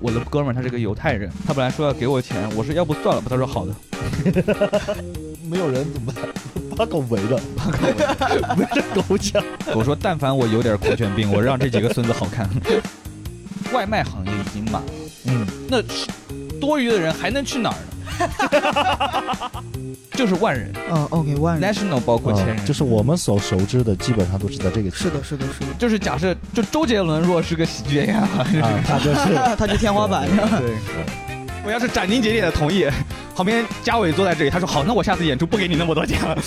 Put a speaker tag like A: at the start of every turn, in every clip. A: 我的哥们儿他是个犹太人，他本来说要给我钱，我说要不算了吧，他说好的。
B: 没有人怎么 办？把狗围 着，把狗围着狗抢。
A: 我说但凡我有点狂犬病，我让这几个孙子好看。 外卖行业已经满了，
B: 嗯，
A: 那是多余的人还能去哪儿呢？ 就是万人
C: 哦，OK，万人，
A: ，national 包括千人，
B: 啊就是我们所熟知的，基本上都是在这个
C: 是的，是的，是的，
A: 就是假设就周杰伦若是个喜剧演员，
B: 啊， 他就是
C: 他是天花板呀。
A: 对，我要是斩钉截铁的同意，旁边嘉伟坐在这里，他说好，那我下次演出不给你那么多钱了。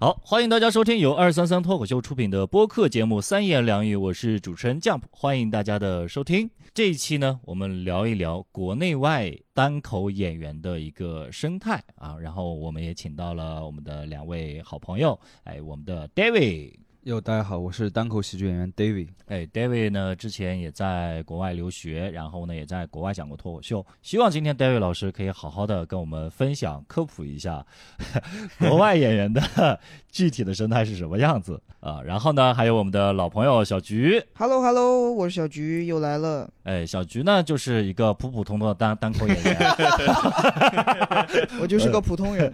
D: 好，欢迎大家收听由二三三脱口秀出品的播客节目《三言两语》，我是主持人 Jump，欢迎大家的收听。这一期呢，我们聊一聊国内外单口演员的一个生态啊，然后我们也请到了我们的两位好朋友，哎，我们的 David。
A: 哟，大家好，我是单口喜剧演员 David。
D: 哎，David 呢，之前也在国外留学，然后呢，也在国外讲过脱口秀。希望今天 David 老师可以好好的跟我们分享、科普一下 国外演员的具体的生态是什么样子啊。然后呢，还有我们的老朋友小菊，
C: Hello，Hello，我是小菊，又来了。
D: 哎，小菊呢就是一个普普通通的单单口演员，
C: 我就是个普通人。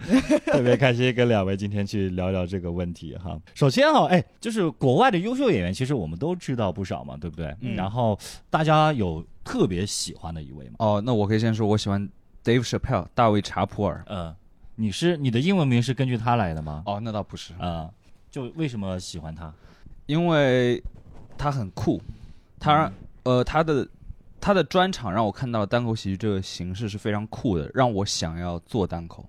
D: 特别开心跟两位今天去聊聊这个问题哈。首先哈，哎，就是国外的优秀演员，其实我们都知道不少嘛，对不对？
A: 嗯
D: 然后大家有特别喜欢的一位吗？
A: 哦，那我可以先说，我喜欢 Dave Chappelle，大卫查普尔。
D: 呃，你是你的英文名是根据他来的吗？
A: 哦，那倒不是
D: 啊、，就为什么喜欢他？
A: 因为他很酷，他、呃他的他的专场让我看到单口喜剧这个形式是非常酷的，让我想要做单口。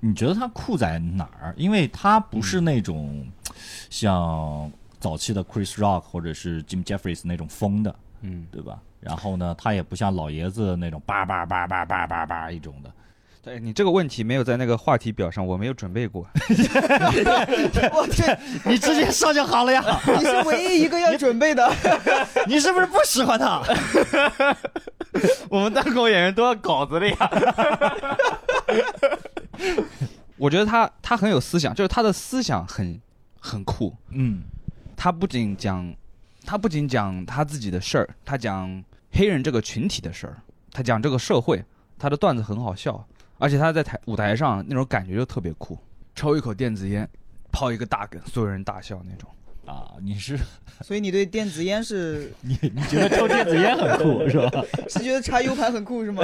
D: 你觉得他酷在哪儿？因为他不是那种嗯像早期的 Chris Rock 或者是 Jim Jeffries 那种疯的，
A: 嗯，
D: 对吧？然后呢，他也不像老爷子那种叭叭叭叭叭叭叭一种的。
A: 对你这个问题没有在那个话题表上，我没有准备过。
C: 我去，
D: 你直接上就好了 呀！
C: 你是唯一一个要准备的。
D: 你是不是不喜欢他？
A: 我们单口演员都要稿子的啊呀。 我觉得他他很有思想，就是他的思想很很酷。
D: 嗯
A: 他不仅讲他不仅讲他自己的事儿，他讲黑人这个群体的事儿，他讲这个社会，他的段子很好笑，而且他在台舞台上那种感觉就特别酷。抽一口电子烟，抛一个大梗，所有人大笑那种。
D: 啊，你是
C: 所以你对电子烟是
D: 你你觉得抽电子烟很 酷是吧？
C: 是觉得插 U 盘很酷是吗？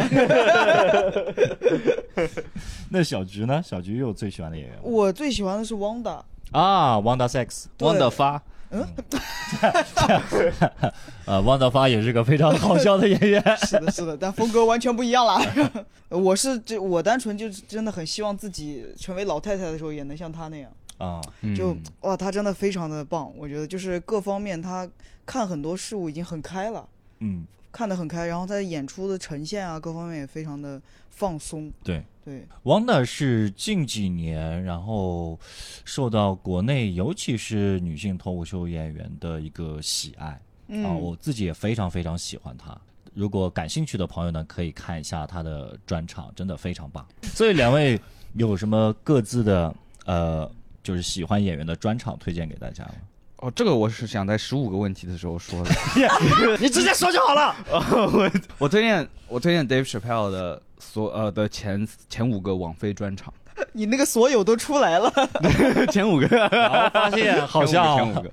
D: 那小菊呢？小菊有最喜欢的演员吗
C: 我最喜欢的是 Wanda。
D: 啊？Wanda Sex，
C: 对嗯
A: 汪德发，
D: 呃，汪德发也是个非常好笑的演 员。
C: 是的，是的，但风格完全不一样啦。 我是这，我单纯就是真的很希望自己成为老太太的时候也能像她那样。
D: 啊，
C: 就
A: 嗯
C: 哇，她真的非常的棒，我觉得就是各方面她看很多事物已经很开了，
D: 嗯，
C: 看得很开，然后她演出的呈现啊，各方面也非常的放松。
D: 对
C: 对，
B: 啊
D: ，Wanda 是近几年然后受到国内尤其是女性脱口秀演员的一个喜爱
C: 嗯，
D: 啊，我自己也非常非常喜欢她。如果感兴趣的朋友呢，可以看一下她的专场，真的非常棒。所以两位有什么各自的呃，就是喜欢演员的专场推荐给大家吗？
A: 哦，这个我是想在十五个问题的时候说的。
D: 你直接说就好了。
A: 我推荐我推荐 Dave Chappelle 的所呃的前前五个网飞专场，
C: 你那个所有都出来了，
A: 前五个，
D: 然后发现好啊
A: 前五
D: 像
A: 个，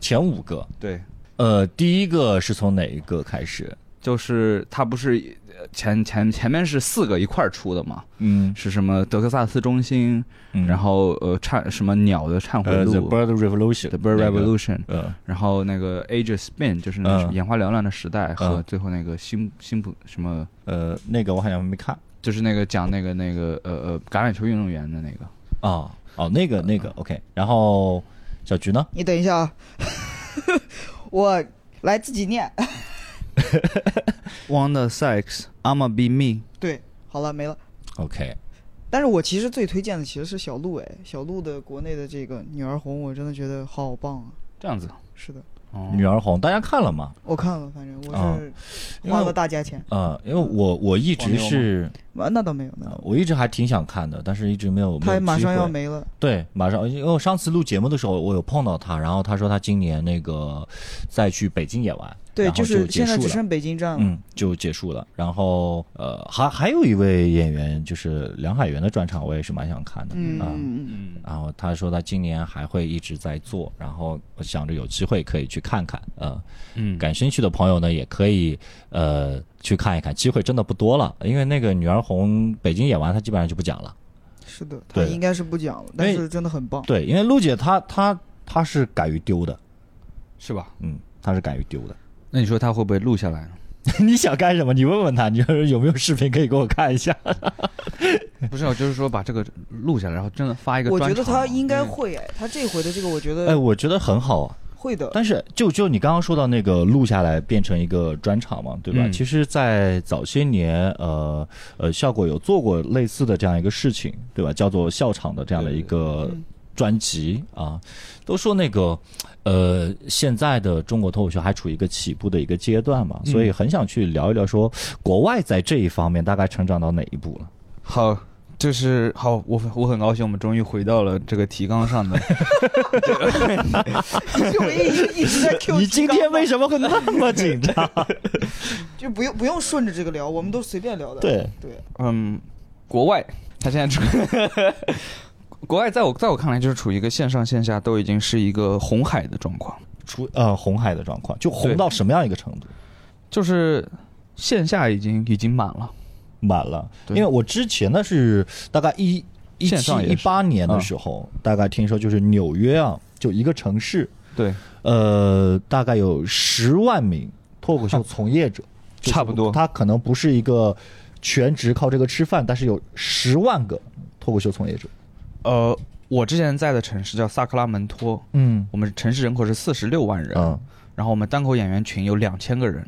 D: 前五个，
A: 对，
D: 呃，第一个是从哪一个开始？
A: 就是他不是呃前前前面是四个一块儿出的嘛，
D: 嗯，
A: 是什么德克萨斯中心，
D: 嗯
A: 然后呃忏什么鸟的忏悔
D: 呃，The
A: 录
D: Bird Revolution，
A: The Bird
D: 那个
A: Revolution，
D: 呃，
A: 然后那个 Age of Spin 就是那个什么
D: 嗯
A: 眼花缭乱的时代和
D: 嗯
A: 最后那个辛辛普什么。
D: 呃，那个我好像没看
A: 就是那个讲那个那个呃呃橄榄球运动员的那个，
D: 啊，哦，那个那个 OK，然后小菊呢？
C: 你等一下啊， 我来自己念。
A: Wanda Sykes, I'ma be me。
C: 对，好了，没了。
D: OK，
C: 但是我其实最推荐的其实是小鹿，哎，小鹿的国内的这个《女儿红》，我真的觉得好棒啊！
A: 这样子，
C: 是的，
A: 哦
D: 女儿红，大家看了吗？
C: 我看了，反正我
B: 啊
C: 是
B: 因
C: 花
B: 为
C: 了大价钱。
B: 啊、因为我我一
A: 黄
B: 直
A: 牛吗
B: 是、
C: 啊，那倒没有，那倒
B: 啊
C: 没有
B: 我一直还挺想看的，但是一直没有。没
C: 他
B: 有
C: 马
B: 机
C: 上要
B: 会
C: 没了，
B: 对，马上，因为我上次录节目的时候，我有碰到他，然后他说他今年那个再去北京演完，
C: 对，
B: 然后
C: 是
B: 结
C: 现在
B: 束
C: 只
B: 了。
C: 剩北京站了。
B: 嗯，就结束了。然后，呃，还还有一位演员，就是梁海源的专场，我也是蛮想看的。
C: 嗯
B: 啊，
C: 嗯
A: 嗯，
B: 然后他说他今年还会一直在做，然后我想着有机会可以去看看。呃，
A: 嗯，
B: 感兴趣的朋友呢，也可以呃去看一看，机会真的不多了。因为那个女儿红北京演完，她基本上就不讲了。
C: 是的，他
B: 对
C: 应该是不讲了，但
B: 因为
C: 是真的很棒。
B: 对，因为陆姐她她她是敢于丢的，
A: 是吧？
B: 嗯，她是敢于丢的。
A: 那你说他会不会录下 来呢？
B: 你想干什么？你问问她，你说有没有视频可以给我看一下？
A: 不是，我就是说把这个录下来，然后真的发一个
C: 我
A: 专场
C: 觉
A: 嘛。
C: 得他应该
A: 嗯
C: 会，哎，他这回的这个我觉
B: 哎，
C: 得
B: 我觉得很好啊。
C: 会的。
B: 但是就就你刚刚说到那个录下来变成一个专场嘛，对吧？
A: 嗯
B: 其实，在早些年，呃呃，效果有做过类似的这样一个事情，对吧？叫做笑场的这样的一个
C: 嗯
B: 专辑啊，都说那个呃，现在的中国脱口秀还处于一个起步的一个阶段嘛，
A: 嗯
B: 所以很想去聊一聊说，国外在这一方面大概成长到哪一步了。
A: 好，就是好，我我很高兴，我们终于回到了这个提纲上 的。
C: 就我一一直在 Q
B: 你今天为什么会那么 紧张？
C: 就不用不用顺着这个聊，我们都随便聊的。
B: 对，
C: 对，
A: 嗯，国外，他现在处， 国外在我在我看来就是处于一个线上线下都已经是一个红海的状况，
B: 出呃红海的状况，就红
A: 对
B: 到什么样一个程度？
A: 就是线下已经已经满了。
B: 满了，因
A: 对
B: 为我之前呢是大概一一
A: 线
B: 七
A: 上也是嗯
B: 一八年的时候，大概听说就是纽约啊，就一个城市，
A: 对，
B: 呃，大概有十万名脱口秀从 业者，就是
A: 差不多
B: 他可能不是一个全职靠这个吃饭，但是有十万个脱口秀从业者，
A: 呃，我之前在的城市叫萨克拉门托，
B: 嗯
A: 我们城市人口是四十六万人，
B: 嗯，
A: 然后我们单口演员群有两千个人，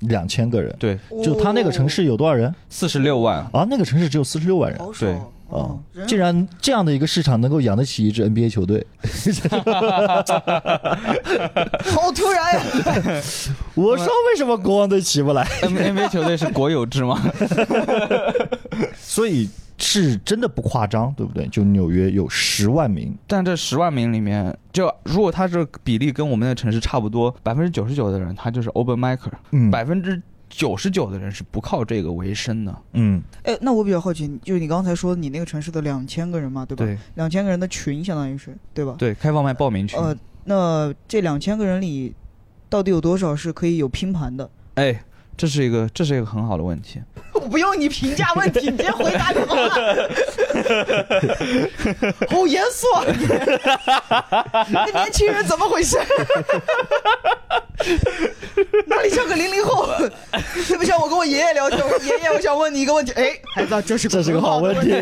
B: 两千个人，
A: 对，哦
B: 就他那个城市有多少人
A: 四十六万，
B: 啊？那个城市只有四十六万人。
C: 哦好爽
A: 对
B: 啊
C: 哦，人
B: 竟然这样的一个市场能够养得起一支 NBA 球队，
C: 好突然呀！
B: 我说为什么国王队起不来？
A: N NBA 球队是国有制吗？
B: 所以是真的不夸张，对不对？就纽约有十万名，
A: 但这十万名里面，就如果他这个比例跟我们的城市差不多，百分之九十九的人他就是 open micer，
B: 嗯
A: 百分之九十九的人是不靠这个为生的。
B: 嗯
C: 哎，那我比较好奇，就是你刚才说你那个城市的两千个人嘛，对吧？
A: 对
C: 两千个人的群相当于是，对吧？
A: 对，开放麦报名群，
C: 呃，那这两千个人里，到底有多少是可以有拼盘的？
A: 哎，这是一个这是一个很好的问题。
C: 我不用你评价问题，你直接回答就好了。 好严肃啊！你这年轻人怎么 回事？哪里像个零零后？特别像我跟我爷爷聊天，我说爷爷，我想问你一个问题。哎，孩子啊，这是
B: 这是个
C: 很
B: 好
C: 的
B: 问
C: 问
B: 题。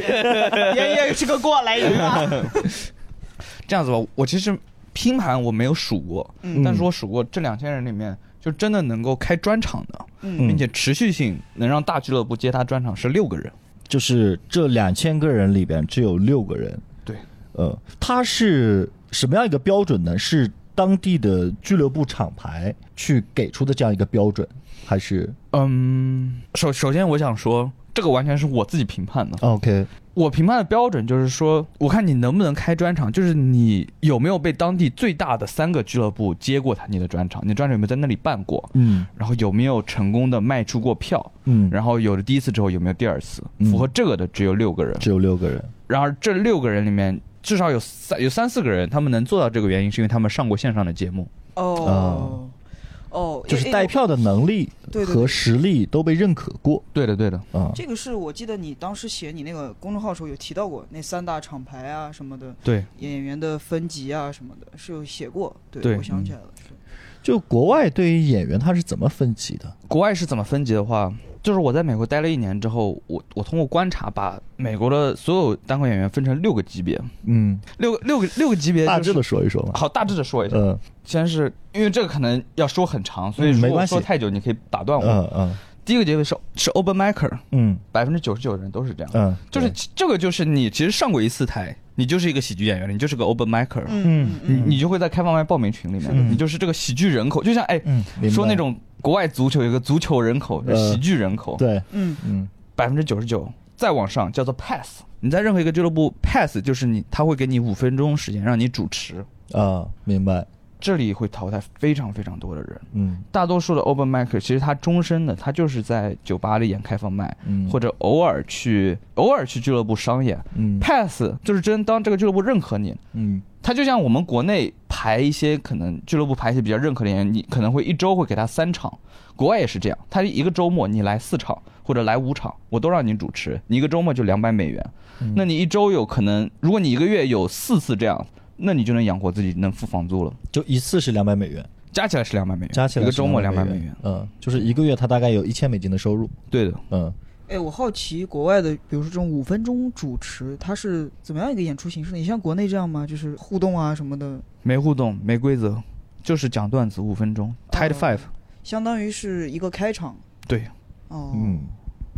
C: 爷爷是个过来人 啊。
A: 这样子吧，我其实拼盘我没有数过，
C: 嗯
A: 但是我数过这两千人里面，就真的能够开专场的，
C: 嗯
A: 并且持续性能让大俱乐部接他专场是六个人。
B: 就是这两千个人里边只有六个人，
A: 对，
B: 呃，他是什么样一个标准呢？是当地的俱乐部厂牌去给出的这样一个标准，还是
A: 嗯，首首先我想说，这个完全是我自己评判的。
B: OK？
A: 我评判的标准就是说，我看你能不能开专场，就是你有没有被当地最大的三个俱乐部接过他你的专场，你专场有没有在那里办过，
B: 嗯
A: 然后有没有成功的卖出过票，
B: 嗯，
A: 然后有了第一次之后有没有第二次，
B: 嗯
A: 符合这个的只有六个人，
B: 只有六个人，
A: 然而这六个人里面至少有三有三四个人他们能做到这个原因是因为他们上过线上的节目，
C: 哦哦，
B: 啊就是
C: 因为
B: 带票的能力
C: 对对对
B: 和实力都被认可过
A: 对的对的，
B: 啊。
C: 这个是我记得你当时写你那个公众号的时候有提到过，那三大厂牌啊什么的，
A: 对，
C: 演员的分级啊什么的，是有写过。对，
A: 对
C: 我想起来了，是
B: 就国外对于演员他是怎么分级的？
A: 国外是怎么分级的话，就是我在美国待了一年之后，我我通过观察把美国的所有单口演员分成六个级别，
B: 嗯，
A: 六个六个六个级别、就是，
B: 大致的说一说吧。
A: 好大致的说一下。
B: 嗯
A: 先是因为这个可能要说很长，所以
B: 嗯
A: 如
B: 没
A: 果
B: 关系
A: 说太久，你可以打断我。
B: 嗯嗯
A: 第一个级别是是 open micer，
B: 嗯
A: 百分之九十九的人都是这样，
B: 嗯，
A: 就是其这个就是你其实上过一次台，你就是一个喜剧演员了，你就是个 open micer，、
C: 嗯
A: 你你就会在开放麦报名群里面，
B: 嗯
A: 你就是这个喜剧人口，就像哎。
B: 嗯，明白
A: 说那种国外足球有个足球人口，是
B: 呃
A: 喜剧人口，
B: 对，
C: 嗯，
B: 嗯
A: 百分之九十九，再往上叫做 pass。你在任何一个俱乐部 pass 就是你，他会给你五分钟时间让你主持，
B: 啊，明白，
A: 这里会淘汰非常非常多的人。
B: 嗯
A: 大多数的 open mic 其实他终身的，他就是在酒吧里演开放麦，
B: 嗯，
A: 或
B: 者
A: 者偶尔去偶尔去俱乐部商演。
B: 嗯
A: pass 就是真当这个俱乐部认可你，
B: 嗯
A: 他就像我们国内排一些可能俱乐部排一些比较认可的演员，你可能会一周会给他三场，国外也是这样，他一个周末你来四场或者来五场，我都让你主持，你一个周末就两百美元，
B: 嗯
A: 那你一周有可能，如果你一个月有四次这样，那你就能养活自己，能付房租了，
B: 就一次是两百美元，
A: 加起来是两百美元，
B: 加起来
A: 一个
B: 是
A: 周末两
B: 200
A: 百美元，，
B: 嗯，就是一个月他大概有一千美金的收入，
A: 对的，
B: 嗯
C: 哎，我好奇国外的，比如说这种五分钟主持，它是怎么样一个演出形式呢？你像国内这样吗？就是互动啊什么的，
A: 没互动，没规则，就是讲段子五分
B: 啊
A: 钟，Tide Five，
C: 相当于是一个开场。
A: 对。
C: 哦，
B: 嗯，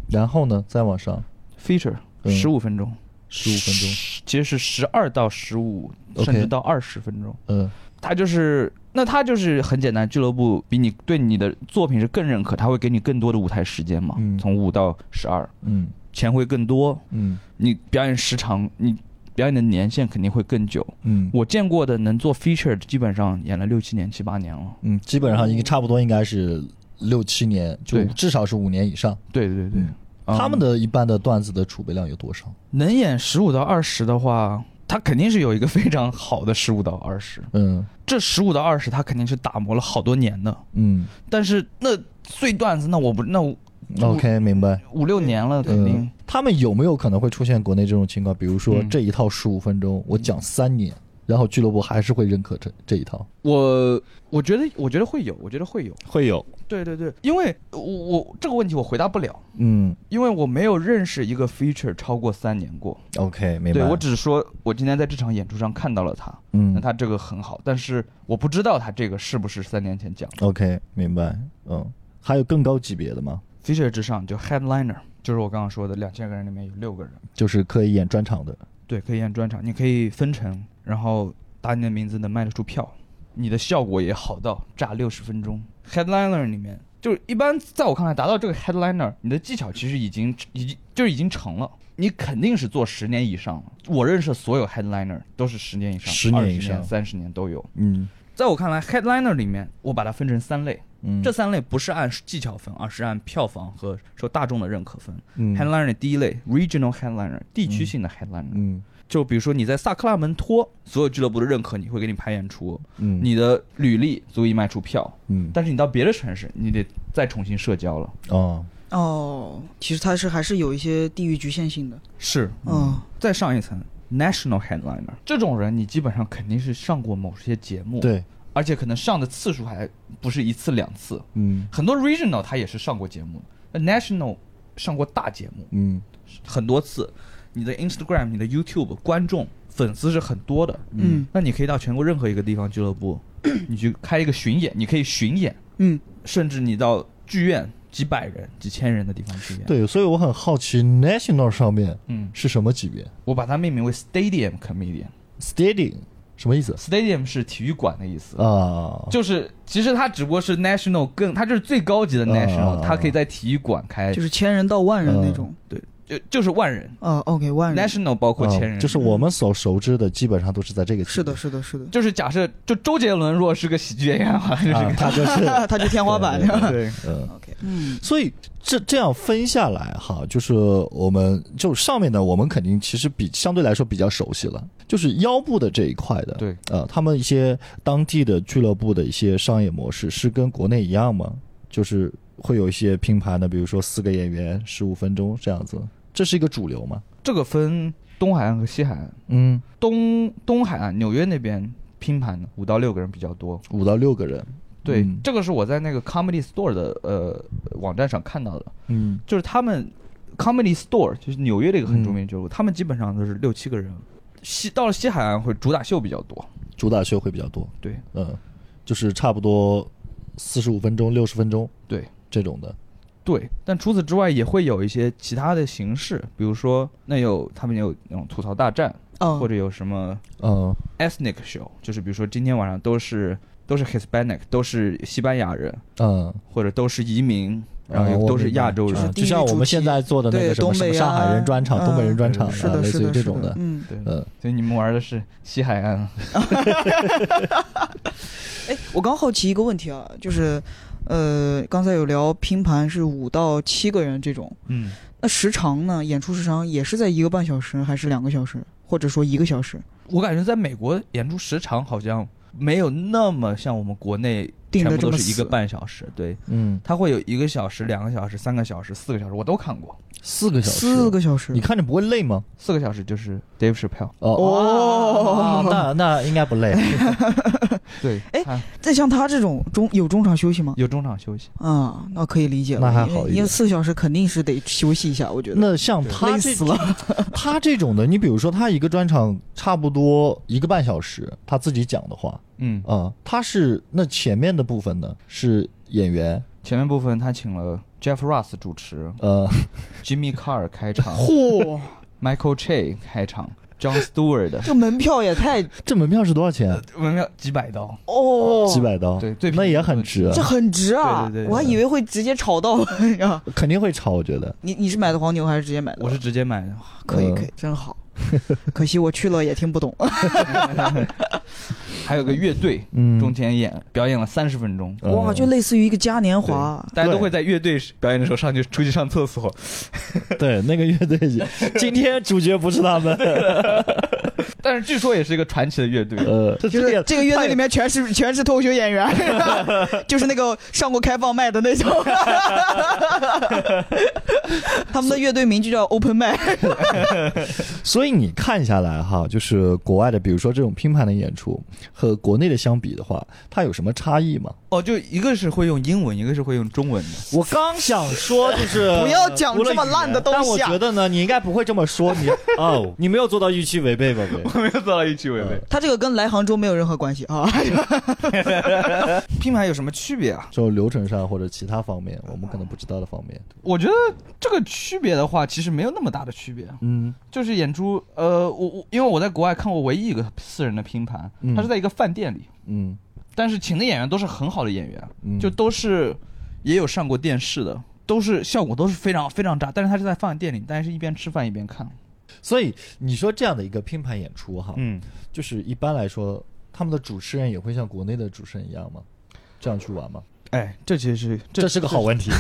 B: 然后呢，再往上
A: feature
B: 嗯
A: 十五分钟，
B: 十五分钟，
A: 十其实是十二到十五，
B: OK
A: 甚至到二十分钟。
B: 嗯
A: 他就是，那他就是很简单，俱乐部比你对你的作品是更认可，他会给你更多的舞台时间嘛，
B: 嗯
A: 从五到十二，
B: 嗯
A: 钱会更多，
B: 嗯
A: 你表演时长，你表演的年限肯定会更久。
B: 嗯
A: 我见过的能做 feature 的，基本上演了六七年、七八年了。
B: 嗯，基本上应该差不多应该是六七年，就
A: 哦对
B: 至少是五年以上。
A: 对对对，
B: 嗯
A: 嗯
B: 他们的一般的段子的储备量有多少？
A: 能演十五到二十的话，他肯定是有一个非常好的十五到二十。
B: 嗯
A: 这十五到二十，他肯定是打磨了好多年的。
B: 嗯
A: 但是那碎段子，那我不那五
B: ，OK，明白。
A: 五六年了，肯定
B: 嗯，他们有没有可能会出现国内这种情况？比如说
A: 嗯
B: 这一套十五分钟，我讲三年，然后俱乐部还是会认可这这一套。
A: 我我觉得我觉得会有，我觉得会有。
D: 会有
A: 对对对，因为我我这个问题我回答不了，
B: 嗯
A: 因为我没有认识一个 feature 超过三年过。
B: ，OK，明白。
A: 对我只是说我今天在这场演出上看到了他，那
B: 嗯
A: 他这个很好，但是我不知道他这个是不是三年前讲的。
B: ，OK，明白。嗯，还有更高级别的吗？
A: feature 之上就 headliner，就是我刚刚说的两千个人里面有六个人，
B: 就是可以演专场的。
A: 对，可以演专场，你可以分成，然后打你的名字能卖得出票，你的效果也好到炸六十分钟。Headliner 里面就是一般在我看来，达到这个 Headliner，你的技巧其实已经已经就是已经成了，你肯定是做十年以上了。我认识所有 Headliner 都是十年以上、
B: 10年以
A: 20
B: 上
A: 三十年都有。
B: 嗯
A: 在我看来，Headliner 里面我把它分成三类，
B: 嗯，
A: 这三类不是按技巧分，而是按票房和受大众的认可分。
B: 嗯
A: Headliner 第一类，Regional Headliner，地区性的 Headliner。
B: 嗯
A: 就比如说你在萨克拉门托，所有俱乐部的认可你会给你排演出，
B: 嗯
A: 你的履历足以卖出票，
B: 嗯
A: 但是你到别的城市，你得再重新社交了。
B: 哦
C: 哦，其实它是还是有一些地域局限性的。
A: 是，
C: 嗯，
A: 再上一层，national headliner 这种人，你基本上肯定是上过某些节目，，
B: 对
A: 而且可能上的次数还不是一次两次。
B: 嗯
A: 很多 regional 他也是上过节目那，national 上过大节目
B: 嗯
A: 很多次，你的 Instagram、你的 YouTube 观众粉丝是很多的，
C: 嗯
A: 那你可以到全国任何一个地方俱乐部，你去开一个巡演，你可以巡演，
C: 嗯，
A: 甚至你到剧院几百人、几千人的地方去演。，
B: 对，所以我很好奇 national 上面
A: 嗯，
B: 是什么级别
A: 我把它命名为 stadium comedian。
B: ？stadium 什么意思
A: stadium 是体育馆的意思，
B: 啊？
A: 就是其实它只不过是 national 更，它就是最高级的 national，、
B: 啊
A: 它可以在体育馆开，
C: 嗯就
A: 就是
C: 千人到万人那
B: 嗯
C: 种。
A: 就就是万人
C: 哦，OK，万人。
A: national 包括千人，
B: 啊就是我们所熟知的，基本上都是在这个级别
C: 是的，是的，是的。
A: 就是假设就周杰伦如果是个喜剧演员的话，就是
B: 啊，他就 是
C: 那 它就天花板。
A: 对，
B: 嗯。
C: OK，嗯，
B: 所以这这样分下来哈，就是我们就上面的我们肯定其实比相对来说比较熟悉了，就是腰部的这一块的。
A: 对，
B: 呃，他们一些当地的俱乐部的一些商业模式是跟国内一样吗？就是会有一些拼盘的，比如说四个演员十五分钟这样子，这是一个主流吗？
A: 这个分东海岸和西海岸。
B: 嗯，
A: 东东海岸纽约那边拼盘的五到六个人比较多。
B: 五到六个人。
A: 对，
B: 嗯
A: 这个是我在那个 Comedy Store 的呃网站上看到的，
B: 嗯
A: 就是他们 Comedy Store 就是纽约的一个很著名
B: 嗯
A: 的俱乐部，他们基本上都是六七个人。西到了西海岸会主打秀比较多，
B: 主打秀会比较多。
A: 对，
B: 嗯，就是差不多四十五分钟、六十分钟，
A: 对
B: 这种的。
A: 对，但除此之外也会有一些其他的形式，比如说那有他们有那种吐槽大战，
C: 哦
A: 或，者有什么
B: 嗯
A: ethnic show，就是比如说今天晚上都是都是 Hispanic，都是西班牙人，
B: 嗯，
A: 或者都是移民，然
B: 啊
A: 后
B: 我
A: 都是
B: 明白
A: 亚洲
B: 啊
A: 人。
C: 地
B: 就
C: 域
B: 像我
C: 主
B: 们现
C: 题
B: 在做的那
C: 对
B: 个什么
C: 东
B: 什么
C: 北
B: 上海
C: 啊
B: 人专场、东北人专场
C: 是
B: 啊，
C: 的，
B: 类
C: 是
B: 似于
C: 的，
B: 这
C: 是
B: 种的，
C: 嗯，
A: 对，
B: 嗯
A: 所以你们玩的是西海岸，
C: 哎，我刚好奇一个问题啊，就是，呃，刚才有聊拼盘是五到七个人这种，
A: 嗯，
C: 那时长呢？演出时长也是在一个半小时，还是两个小时，或者说一个小时？
A: 我感觉在美国演出时长好像没有那么像我们国内
C: 定
A: 全
C: 得
A: 部
C: 这
A: 都
C: 么
A: 是一个
C: 死？
A: 半小时，对，
B: 嗯，
A: 它会有一个小时、两个小时、三个小时、四个小时，我都看过。
B: 四个小时，
C: 四，个小时
B: 你？看着不会累吗？
A: 四个小时就是 Dave Chappelle，
B: 哦，
C: 哦
B: 哦，那那应该不 累，
A: 对，
C: 哎
A: 他
C: 那像他这种中有中场休息吗？
A: 有中场休息，
C: 啊，那可以理解了，
B: 那还
C: 因为
B: 好一点
C: 因为四个小时肯定是得休息一下，我觉得。
B: 那像他
C: 累
B: 这
C: 死了，
B: 他这种的，你比如说他一个专场差不多一个半小时，他自己讲的话
A: 嗯，
B: 啊、他是那前面的部分呢是演员，
A: 前面部分他请了 Jeff Ross 主持
B: 呃，
A: ，Jimmy Carr 开 场
C: 嚯，
A: ，Michael Che 开场，John Stewart
C: 这门票也太
B: 这门票是多少钱？
A: 门票几百刀，
C: 哦，
B: 几百刀，
A: 对，最
B: 那
A: 便宜
B: 也
A: 的
B: 很
A: 就
B: 值，
C: 这很值啊！
A: 对对对对
C: 我还以为会直接炒到，你知道吗
B: 肯定会超，我觉得。
C: 你你是买的黄牛还是直接买的？
A: 我是直接买的，
C: 可以
B: 呃
C: 可以，真好。可惜我去了也听不懂。
A: 还有个乐队
B: 嗯，
A: 中间演表演了三十分钟，
B: 呃
C: 哇，就类似于一个嘉年华。
A: 大家都
B: 对
A: 会在乐队表演的时候上去出去上厕所，
B: 对那个乐队，今天主角不是他 们，
A: 但是据说也是一个传奇的乐队，
B: 呃，这
C: 就是
B: 也
C: 这个乐队里面全是全是脱口秀演员，就是那个上过开放麦的那种。他们的乐队名就叫 Open 麦。
B: 所以你看下来哈，就是国外的，比如说这种拼盘的演出和国内的相比的话，它有什么差异吗？
A: 哦，就一个是会用英文，一个是会用中文 的，
D: 我刚想说，就是
C: 不要讲
D: 除了
C: 这么烂的东西啊
D: 嗯语言但我觉得呢，你应该不会这么说， 你哦，你没有做到预期违背，宝贝。
A: 我没有做到一起违背。
C: 他这个跟来杭州没有任何关系啊。
A: 拼盘有什么区别啊？
B: 这种流程上或者其他方面，我们可能不知道的方面。
A: 我觉得这个区别的话，其实没有那么大的区别。
B: 嗯，
A: 就是演出，呃，我我因为我在国外看过唯一一个四人的拼盘，
B: 嗯
A: 他是在一个饭店里，
B: 嗯
A: 但是请的演员都是很好的演员，
B: 嗯，
A: 就都是也有上过电视的，都是效果都是非常非常炸，但是他是在饭店里，但是一边吃饭一边看，
B: 所以你说这样的一个拼盘演出哈，
A: 嗯，
B: 就是一般来说，他们的主持人也会像国内的主持人一样吗？这样去玩吗？
A: 哎，这其实是
B: 这是个好问题。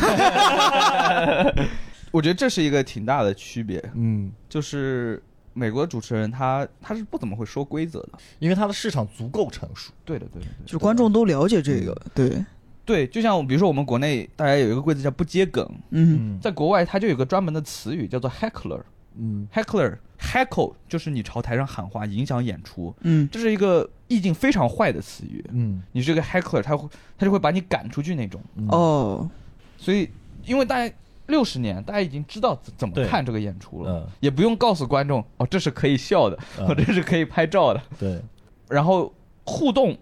A: 我觉得这是一个挺大的区别，
B: 嗯，
A: 就是美国主持人他他是不怎么会说规则的，
B: 因为他的市场足够成熟。
A: 对的对的对
C: 就是观众都了解这个，对，
A: 对，就像比如说我们国内大家有一个规则叫不接梗，
C: 嗯，
B: 嗯
A: 在国外它就有个专门的词语叫做 heckler。
B: 嗯
A: heckler heckle 就是你朝台上喊话影响演出，
C: 嗯，
A: 这是一个意境非常坏的词语。
B: 嗯
A: 你是个 heckler，他会他就会把你赶出去那种。
B: 嗯，
C: 哦，
A: 所以，因为大家六十年，大家已经知道怎怎么
B: 对
A: 看这个演出了，
B: 嗯，
A: 也不用告诉观众哦，这是可以笑的，哦，
B: 嗯
A: 这是可以拍照的。
B: 对，
A: 然后互动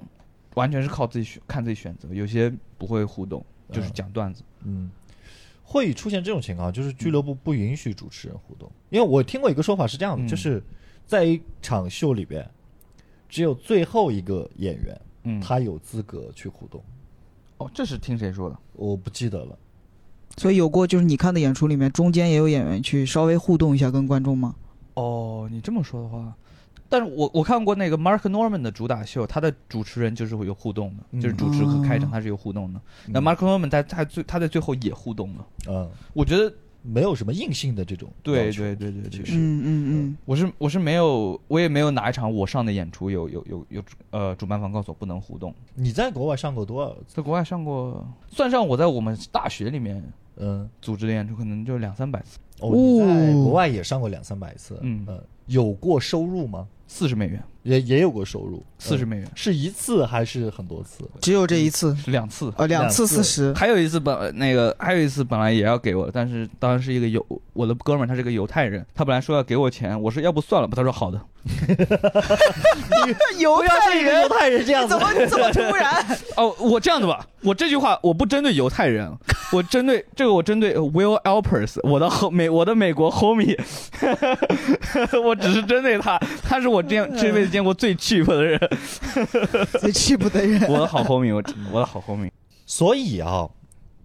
A: 完全是靠自己选，看自己选择，有些不会互动，就是
B: 嗯
A: 讲段子。
B: 嗯，会出现这种情况，就是俱乐部不允许主持人互动，因为我听过一个说法是这样的，
A: 嗯
B: 就是在一场秀里边，只有最后一个演员
A: 嗯，
B: 他有资格去互动，
A: 哦，这是听谁说的？
B: 我不记得了。
C: 所以有过就是你看的演出里面，中间也有演员去稍微互动一下跟观众吗？
A: 哦，你这么说的话，但是我我看过那个 Mark Norman 的主打秀，他的主持人就是会有互动的，
B: 嗯
A: 就是主持和开场
C: 哦
A: 他是有互动的。那
B: 嗯
A: Mark Norman 在他最他在最后也互动了，
B: 嗯，
A: 我觉得
B: 没有什么硬性的这种
A: 对
B: 要求
A: 对对对
B: 其
A: 对
B: 实
C: 嗯嗯
A: 我是我是没有我也没有哪一场我上的演出有有有有呃主办方告诉我不能互动，
B: 你在国外上过多少次？
A: 在国外上过，算上我在我们大学里面
B: 嗯，
A: 组织的演出，可能就两三百次，
B: 哦，你在
C: 哦
B: 国外也上过两三百次。
A: 嗯
B: 呃有过收入吗？
A: 四十美元，
B: 也也有过收入，
A: 四十
B: 嗯
A: 美元、
B: 是一次还是很多次？
C: 嗯，只有这一次，
A: 是两次。
C: 呃，两次
B: 两次
C: 四 十，
A: 还有一次本那个还有一次本来也要给我，但是当时一个犹我的哥们儿他是个犹太人，他本来说要给我钱，我说要不算了吧，他说好的。
C: 犹太
B: 一个犹
C: 人
B: 太人这样子
C: 怎，么这么突 然？
A: 哦，我这样子吧，我这句话我不针对犹太人，我针对这个我针对 Will Alpers，我的后 美我的美国 homie，我只是针对他，他是我这样这辈子见过最 cheap 的人，
C: 最气不得人。
A: 我的好 homie，我我的好 homie。
B: 所以啊，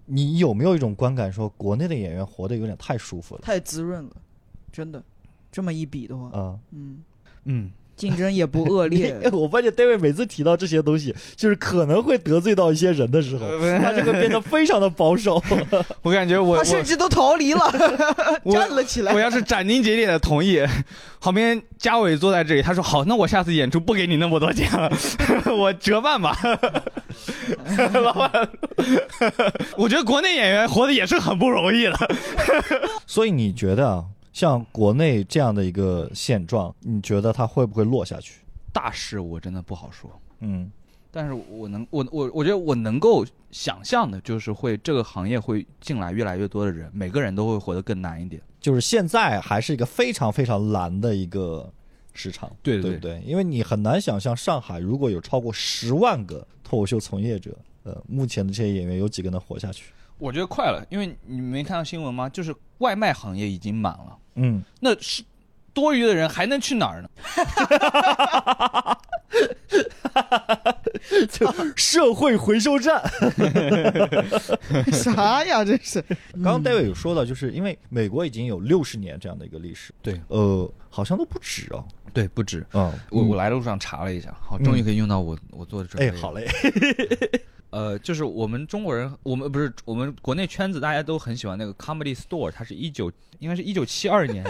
B: 你有没有一种观感说，国内的演员活得有点太舒服了？
C: 太滋润了，真的。这么一比的话，
B: 啊、
C: 嗯，
A: 嗯，
C: 竞争也不恶
B: 你，
C: 劣
B: 我发现 David 每次提到这些东西，就是可能会得罪到一些人的时候，
C: 呃
B: 他就会变得非常的保 守。
A: 我感觉我
C: 他甚
A: 我
C: 至都逃离了，
A: 我
C: 站了起来
A: 我。要是斩钉截铁的同意，旁边嘉伟坐在这里，他说好，那我下次演出不给你那么多钱了， 我折半吧。 老板， 我觉得国内演员活的也是很不容易的。
B: 所以你觉得啊，像国内这样的一个现状，你觉得它会不会落下去？
A: 大事我真的不好说，
B: 嗯
A: 但是我能，我我我觉得我能够想象的就是会这个行业会进来越来越多的人，每个人都会活得更难一点。，
B: 就是现在还是一个非常非常蓝的一个市场，
A: 对
B: 对不对？因为你很难想象上海如果有超过十万个脱口秀从业者，呃，目前的这些演员有几个能活下去？
A: 我觉得快了，因为你没看到新闻吗？就是外卖行业已经满了，
B: 嗯，
A: 那是多余的人还能去哪儿呢？
B: 社会回收站。
C: 啥呀？这是。
B: 刚刚 David 有说到，就是因为美国已经有六十年这样的一个历史，
A: 对，
B: 呃，好像都不止哦。
A: 对，不止。
B: 嗯，
A: 我我来路上查了一下，好，终于可以用到我、我做的准备。
B: 哎，好，嘞，
A: 呃，就是我们中国人，我们不是我们国内圈子，大家都很喜欢那个 Comedy Store，它是一九应该是一九七二 年，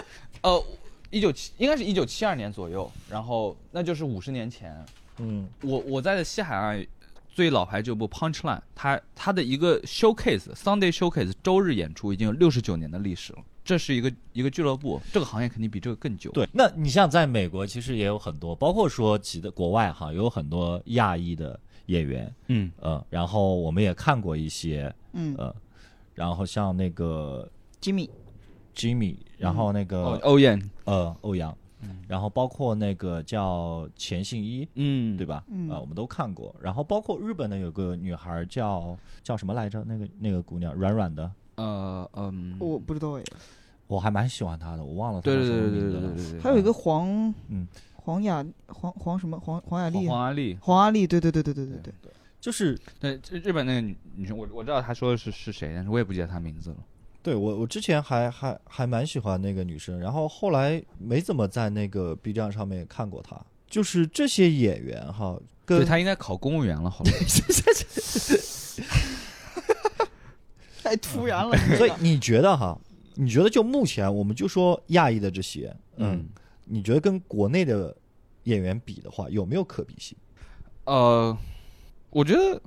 A: 呃，一九七应该是一九七二年左右，然后那就是五十年前，
B: 嗯
A: 我我在的西海岸最老牌俱乐部 Punchline，它它的一个 showcase Sunday showcase 周日演出已经有六十九年的历史了，这是一个一个俱乐部，这个行业肯定比这个更久。，
D: 对，那你像在美国，其实也有很多，包括说其的国外哈，有很多亚裔的演员，
A: 嗯，
D: 呃，然后我们也看过一些，
C: 嗯
D: 呃，然后像那个
C: ，Jimmy，
D: Jimmy，然后那个、
A: 哦欧嗯燕，
D: 呃欧阳，然后包括那个叫钱信一，
A: 嗯，
D: 对
A: 吧？
D: 吧？
C: 嗯
D: 呃，我们都看过。然后包括日本的有个女孩叫叫什么来着？那个那个姑娘软软的，
A: 呃嗯，
C: 我不知道哎。
D: 我还蛮喜欢她的，我忘了她
A: 对
D: 叫
A: 对
D: 什么
A: 对对
D: 名字
A: 对
D: 了
A: 对。对对，
C: 还有一
B: 啊
C: 个黄，
D: 嗯，
C: 黄雅黄黄什么黄黄雅
A: 黄
C: 丽，
A: 黄阿丽，
C: 黄雅丽，对对对对对对对，
D: 就是
A: 对这日本那个女女生，我我知道她说的是是谁，但是我也不记得她名字了。
B: 对我我之前还还还蛮喜欢那个女生，然后后来没怎么在那个 B 站上面看过她。就是这些演员哈，
A: 对
B: 跟
A: 她应该考公务员了，好了。
C: 太突然了。
B: 嗯所以你觉得哈？你觉得就目前我们就说亚裔的这些，嗯，
A: 嗯，
B: 你觉得跟国内的演员比的话，有没有可比性？
A: 呃，我觉得，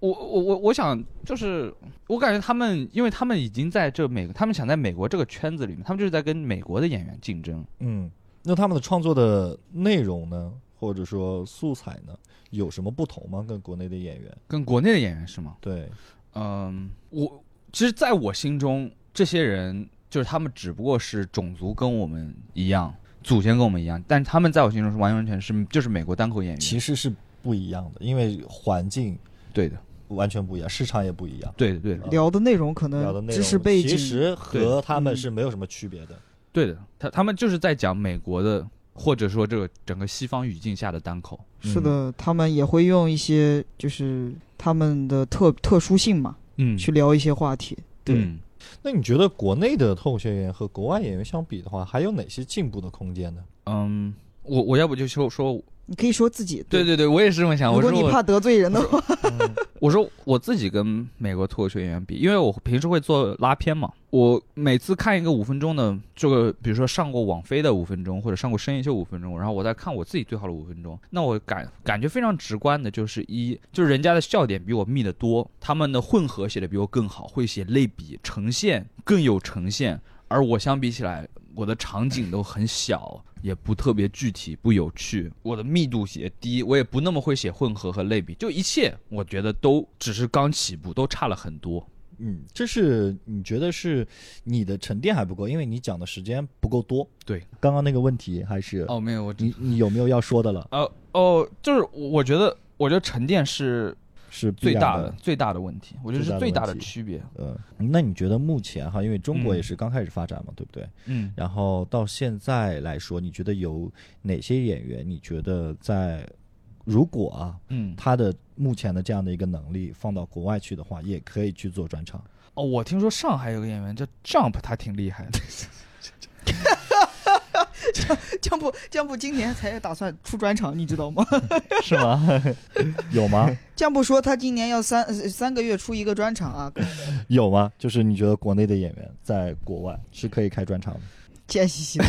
A: 我我我我想就是，我感觉他们，因为他们已经在这美，他们想在美国这个圈子里面，他们就是在跟美国的演员竞争。
B: 嗯，那他们的创作的内容呢，或者说素材呢，有什么不同吗？跟国内的演员？
A: 跟国内的演员是吗？
B: 对，
A: 嗯，我其实在我心中，这些人就是他们只不过是种族跟我们一样，祖先跟我们一样，但他们在我心中是完完全是就是美国单口演员。
B: 其实是不一样的，因为环境
A: 对的，
B: 完全不一样，市场也不一样。
A: 对的，对的，
C: 聊的内容可
B: 聊的
C: 能
B: 内
C: 嗯知
B: 容
C: 识背
B: 其
C: 景，
B: 实和他们是没有什么区别的。
A: 对的。他他们就是在讲美国的，或者说这个整个西方语境下的单口。
C: 是的，
B: 嗯
C: 他们也会用一些就是他们的特特殊性嘛，
A: 嗯
C: 去聊一些话题。对
A: 嗯
B: 那你觉得国内的脱口秀演员和国外演员相比的话，还有哪些进步的空间呢？
A: 嗯，我我要不就说说，
C: 你可以说自己，
A: 对对对，我也是这么想。
C: 如
A: 我
C: 果
A: 说
C: 你
A: 我
C: 怕得罪人的话，
A: 我说我自己跟美国脱口秀演员比，因为我平时会做拉片嘛，我每次看一个五分钟的这个，比如说上过网飞的五分钟，或者上过深夜秀五分钟，然后我再看我自己最好的五分钟，那我感感觉非常直观的就是一，就是人家的笑点比我密得多，他们的混合写的比我更好，会写类比呈现更有呈现，而我相比起来，我的场景都很
B: 嗯
A: 小，也不特别具体，不有趣，我的密度也低，我也不那么会写混合和类比，就一切我觉得都只是刚起步，都差了很多。
B: 嗯，这是你觉得是你的沉淀还不够，因为你讲的时间不够多。
A: 对，
B: 刚刚那个问题还是
A: 哦，没有，我
B: 你你有没有要说的了？
A: 呃哦，就是我觉得，我觉得沉淀是
B: 是必
A: 最
B: 然
A: 大
B: 的
A: 的。最大的问题，我觉得是
B: 最
A: 最
B: 大
A: 大的
B: 的问题
A: 区别。
B: 呃，那你觉得目前哈，因为中国
A: 嗯
B: 也是刚开始发展嘛，对不对？
A: 嗯，
B: 然后到现在来说，你觉得有哪些演员？你觉得在如果啊，
A: 嗯，
B: 他的目前的这样的一个能力放到国外去的话，也可以去做专场。
A: 哦，我听说上海有个演员叫 Jump，他挺厉害的。
C: 江浦江浦今年才打算出专场，你知道吗？
D: 是吗？
B: 有吗？
C: 江浦说他今年要三呃三个月出一个专场啊，
B: 有吗？就是你觉得国内的演员在国外是可以开专场的？
C: 贱兮兮的。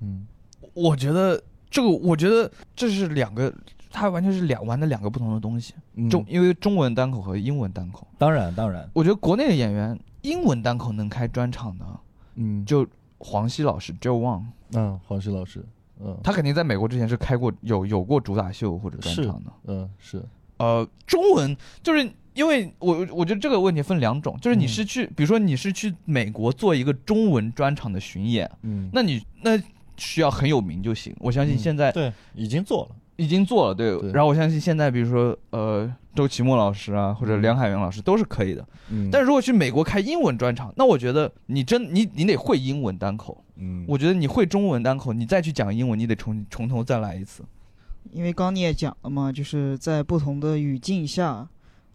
B: 嗯，
A: 我觉得这个，我觉得这是两个，他完全是两玩的两个不同的东西。中，因为中文单口和英文单口，
B: 嗯当然当然，
A: 我觉得国内的演员英文单口能开专场的，
B: 嗯，
A: 就黄西老师 Joe Wang，
B: 嗯，黄石老师，嗯，
A: 他肯定在美国之前是开过有有过主打秀或者专场的。
B: 嗯是，
A: 呃，中文就是因为我我觉得这个问题分两种，就是你是去，比如说你是去美国做一个中文专场的巡演，
B: 嗯，
A: 那你那需要很有名就行。我相信
B: 嗯
A: 现在
B: 对，已经做了，
A: 已经做了，对。
B: 对
A: 然后我相信现在，比如说呃，周奇墨老师啊，或者
B: 嗯
A: 梁海源老师都是可以的。
B: 嗯，
A: 但如果去美国开英文专场，那我觉得你真你你得会英文单口。
B: 嗯，
A: 我觉得你会中文单口，你再去讲英文，你得从从头再来一次。
C: 因为刚刚你也讲了嘛，就是在不同的语境下，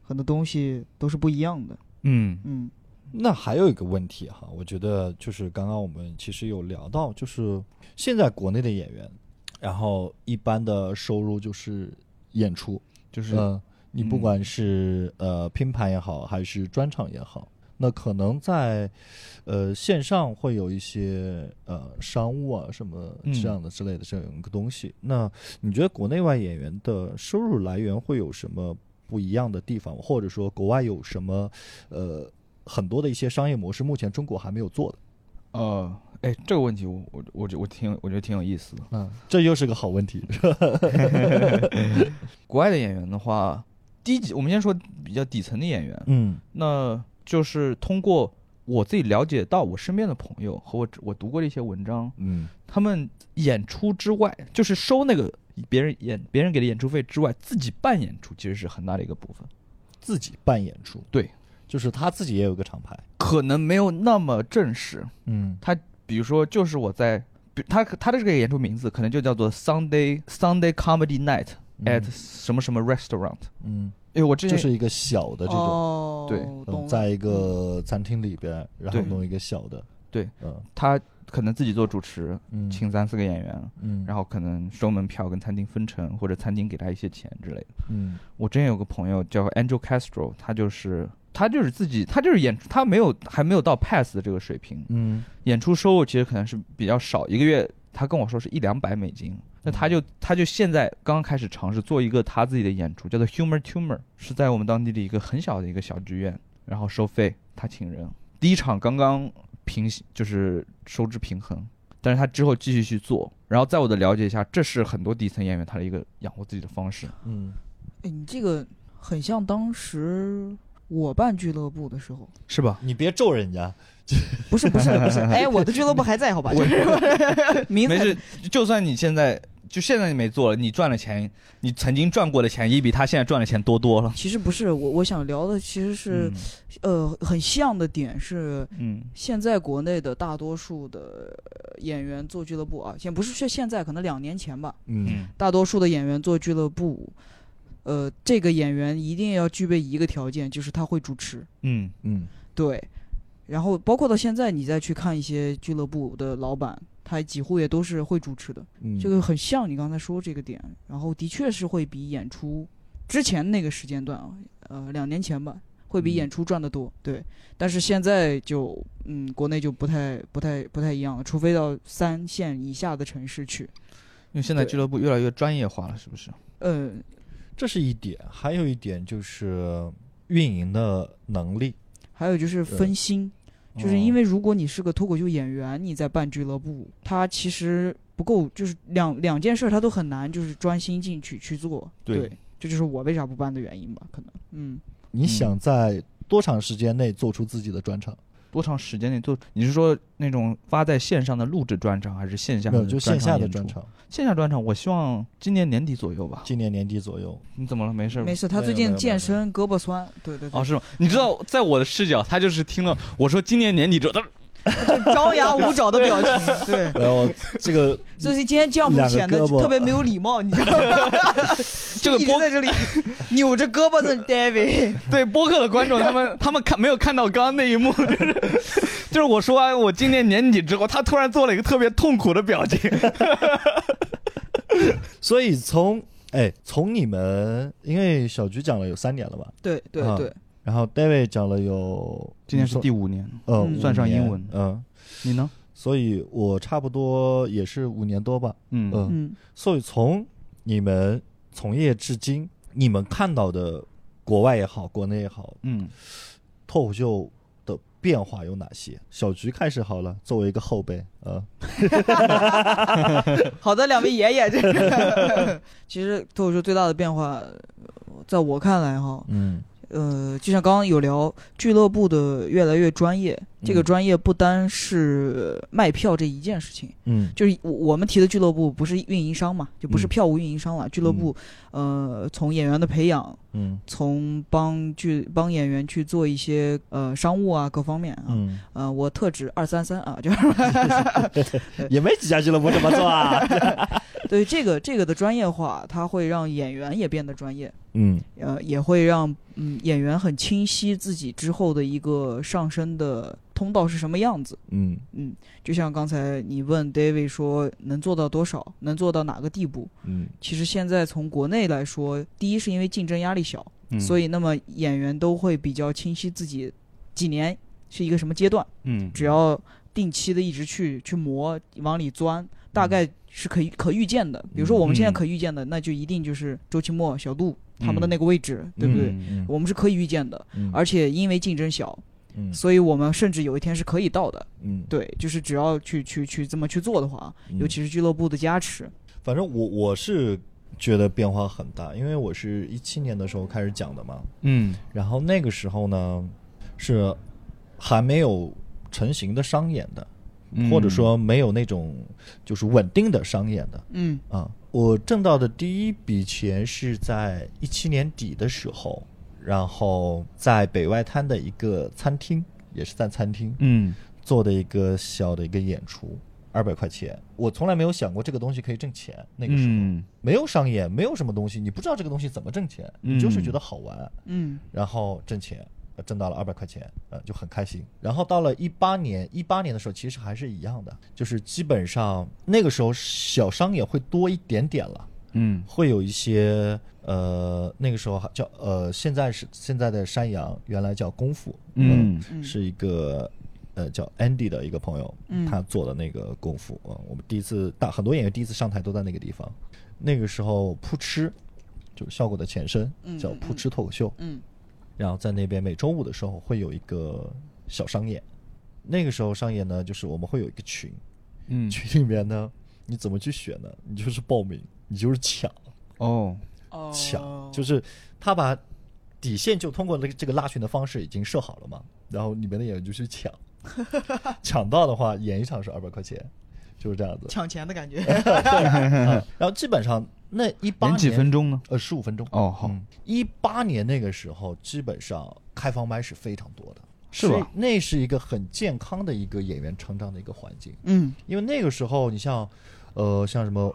C: 很多东西都是不一样的。
A: 嗯
C: 嗯，
B: 那还有一个问题哈，我觉得就是刚刚我们其实有聊到，就是现在国内的演员，然后一般的收入就是演出，
A: 就是
B: 嗯、你不管是、呃拼盘也好，还是专场也好，那可能在呃线上会有一些呃商务啊什么这样的之类的这样一个东西。那你觉得国内外演员的收入来源会有什么不一样的地方，或者说国外有什么呃很多的一些商业模式，目前中国还没有做的？
A: 呃，哎，这个问题我我我觉我挺我觉得挺有意思的。
B: 嗯，这又是个好问题。
A: 国外的演员的话，低级我们先说比较底层的演员，
B: 嗯
A: 那就是通过我自己了解到我身边的朋友和我我读过的一些文章，
B: 嗯
A: 他们演出之外，就是收那个别人演别人给的演出费之外，自己办演出其实是很大的一个部分，
B: 自己办演出，
A: 对，
B: 就是他自己也有个厂牌。
A: 可能没有那么正式，
B: 嗯
A: 比如说，就是我在，比他他的这个演出名字可能就叫做 Sunday Sunday Comedy Night at 什么什么 Restaurant。
B: 嗯，
A: 因为我之前、
B: 就是一个小的这种。
C: 哦，
A: 对
C: 懂
B: 嗯，
C: 了
B: 在一个餐厅里边，然后
A: 对
B: 弄一个小的，
A: 对，
B: 嗯
A: 他可能自己做主持，
B: 嗯，
A: 请三四个演员，
B: 嗯，
A: 然后可能收门票跟餐厅分成，或者餐厅给他一些钱之类的。
B: 嗯
A: 我之前有个朋友叫 Angel Castro，他就是他就是自己他就是演出，他没有还没有到 pass 的这个水平，
B: 嗯
A: 演出收入其实可能是比较少，一个月他跟我说是一两百美金，那他就他就现在刚刚开始尝试做一个他自己的演出，叫做 Humor Tumor，是在我们当地的一个很小的一个小剧院，然后收费，他请人，第一场刚刚平就是收支平衡，但是他之后继续去做，然后在我的了解下，这是很多底层演员他的一个养活自己的方式，
B: 嗯，
C: 哎，你这个很像当时我办俱乐部的时候，
A: 是吧？
B: 你别咒人家，
C: 不是 不是不是，哎，我的俱乐部还在，好吧？就是名字
A: 没
C: 还
A: 事，就算你现在就现在你没做了，你赚了钱，你曾经赚过的钱也比他现在赚的钱多多了。
C: 其实不是，我我想聊的其实是、呃很像的点是，
A: 嗯，
C: 现在国内的大多数的呃演员做俱乐部啊，先不是说现在，可能两年前吧，
B: 嗯
A: 嗯
C: 大多数的演员做俱乐部，呃，这个演员一定要具备一个条件，就是他会主持，
A: 嗯
B: 嗯
C: 对。然后包括到现在，你再去看一些俱乐部的老板，他几乎也都是会主持的。
B: 嗯，
C: 这个很像你刚才说这个点，然后的确是会比演出之前那个时间段啊，呃，两年前吧，会比
B: 嗯
C: 演出赚得多，对。但是现在就，嗯，国内就不太、不太、不太一样了，除非到三线以下的城市去。
A: 因为现在
C: 对
A: 俱乐部越来越专业化了，是不是？
C: 呃，
B: 这是一点，还有一点就是运营的能力，
C: 还有就是分心，就是
A: 哦
B: 哦
C: 因为如果你是个脱口秀演员，你在办俱乐部，他其实不够，就是两两件事他都很难，就是专心进去去做。
A: 对
C: 对，这就是我为啥不办的原因吧，可能，嗯。
B: 你想在多长时间内做出自己的专场？
A: 多长时间内做？你是说那种发在线上的录制专场，还是线下
B: 没
A: 的
B: 有就线下的专
A: 演出？
B: 场，嗯
A: 线下专场，我希望今年年底左右吧。
B: 今年年底左右。
A: 你怎么了？没事吧？
C: 没事，他
B: 嗯没有没
C: 最
B: 有没
C: 近
B: 有
C: 健身，胳膊酸，对对对
A: 哦，，是吗？你知道，在我的视角，他就是听了我说今年年底之后， 他
C: 张牙舞爪的表情，对。
B: 然后这个
C: 所以今天这样不
B: 两个
C: 显得
B: 胳膊
C: 特别没有礼貌，你知道 吗？
A: 这个
C: 一直
A: 播
C: 在这里扭着胳 膊的 David，
A: 对播客的观众，他们他们看没有看到刚刚那一幕， 就是就是我说完我今年年底之后，他突然做了一个特别痛苦的表 情。
B: 所以从哎从你们，因为小菊讲了有三年了吧，
C: 对对
B: 啊
C: 对，
B: 然后 David 讲了有，
A: 今年是
B: 你说
A: 第五年，
B: 呃
C: 嗯
B: 五
A: 算上
B: 年
A: 英文
B: 嗯，
A: 你呢？
B: 所以我差不多也是五年多吧，
A: 嗯
B: 嗯
C: 嗯，
B: 所以从你们从业至今，你们看到的国外也好，国内也好，
A: 嗯，
B: 脱口秀的变化有哪些？小菊开始好了，作为一个后辈，呃，
C: 好的，两位爷爷，这个 其实脱口秀最大的变化，在我看来哈，
B: 嗯
C: 呃，就像刚刚有聊，俱乐部的越来越专业，这个
B: 嗯
C: 专业不单是卖票这一件事情，
B: 嗯
C: 就是我我们提的俱乐部不是运营商嘛，就不是
B: 嗯
C: 票务运营商了，俱乐部，呃，从演员的培养，
B: 嗯
C: 从帮剧帮演员去做一些呃商务啊各方面啊，
B: 嗯，
C: 呃，我特指二三三啊，就是
B: 也没几家俱乐部这么做 啊，
C: 对这个这个的专业化，它会让演员也变得专业，
B: 嗯
C: 呃，也会让嗯演员很清晰自己之后的一个上升的通道是什么样子。
B: 嗯
C: 嗯，就像刚才你问 David 说能做到多少，能做到哪个地步？
B: 嗯
C: 其实现在从国内来说，第一是因为竞争压力小，所
A: 以
C: 以那么演员都会比较清晰自己几年是一个什么阶段，
A: 嗯
C: 只要定期的一直去去磨，往里钻，大概是可以可预见的。比如说我们现在
A: 嗯
C: 可预见的，那就一定就是周奇墨、小杜他们的
A: 嗯
C: 那个位置，对不对？
B: 嗯
C: 我们是可以预见的，
B: 嗯
C: 而且因为竞争小，
B: 嗯
C: 所以我们甚至有一天是可以到的。
B: 嗯，
C: 对，就是只要去去去这么去做的话，
B: 嗯
C: 尤其是俱乐部的加持，
B: 反正我我是觉得变化很大，因为我是一七年的时候开始讲的嘛，
A: 嗯
B: 然后那个时候呢是还没有成型的商演的，
A: 嗯
B: 或者说没有那种就是稳定的商演的
C: 嗯
B: 啊。我挣到的第一笔钱是在一七年底的时候，然后在北外滩的一个餐厅，也是在餐厅
A: 嗯
B: 做的一个小的一个演出，二百块钱。我从来没有想过这个东西可以挣钱，那个时候、
A: 嗯
B: 没有商演，没有什么东西，你不知道这个东西怎么挣钱，你就是觉得好玩。
C: 嗯
B: 然后挣钱，呃挣到了二百块钱，呃，就很开心。然后到了一八年，一八年的时候其实还是一样的，就是基本上那个时候小商也会多一点点了，
A: 嗯
B: 会有一些呃，那个时候还叫呃，现在是现在的山羊，原来叫功夫，
A: 嗯
C: 嗯，
B: 是一个呃叫 Andy 的一个朋友，
C: 嗯
B: 他做的那个功夫啊、呃我们第一次大很多演员第一次上台都在那个地方，那个时候扑哧，就是效果的前身
C: 嗯
B: 叫
C: 嗯
B: 扑
C: 嗯
B: 哧脱口秀，
C: 嗯
B: 然后在那边每周五的时候会有一个小商演，那个时候商演呢，就是我们会有一个群，
A: 嗯
B: 群里面呢，你怎么去选呢？你就是报名，你就是抢
A: 哦
C: 哦
B: 抢，就是他把底线就通过这个这个拉群的方式已经设好了嘛，然后里面的演员就去抢， 抢到的话演一场是二百块钱，就是这样子。
C: 抢钱的感觉，
B: 啊然后基本上那一八
A: 演
B: 年
A: 几分钟呢？
B: 呃十五分钟
A: 哦好
B: 一八年那个时候基本上开放麦是非常多的。
A: 是
B: 所以
A: 吧？
B: 那是一个很健康的一个演员成长的一个环境，
C: 嗯
B: 因为那个时候你像，呃，像什么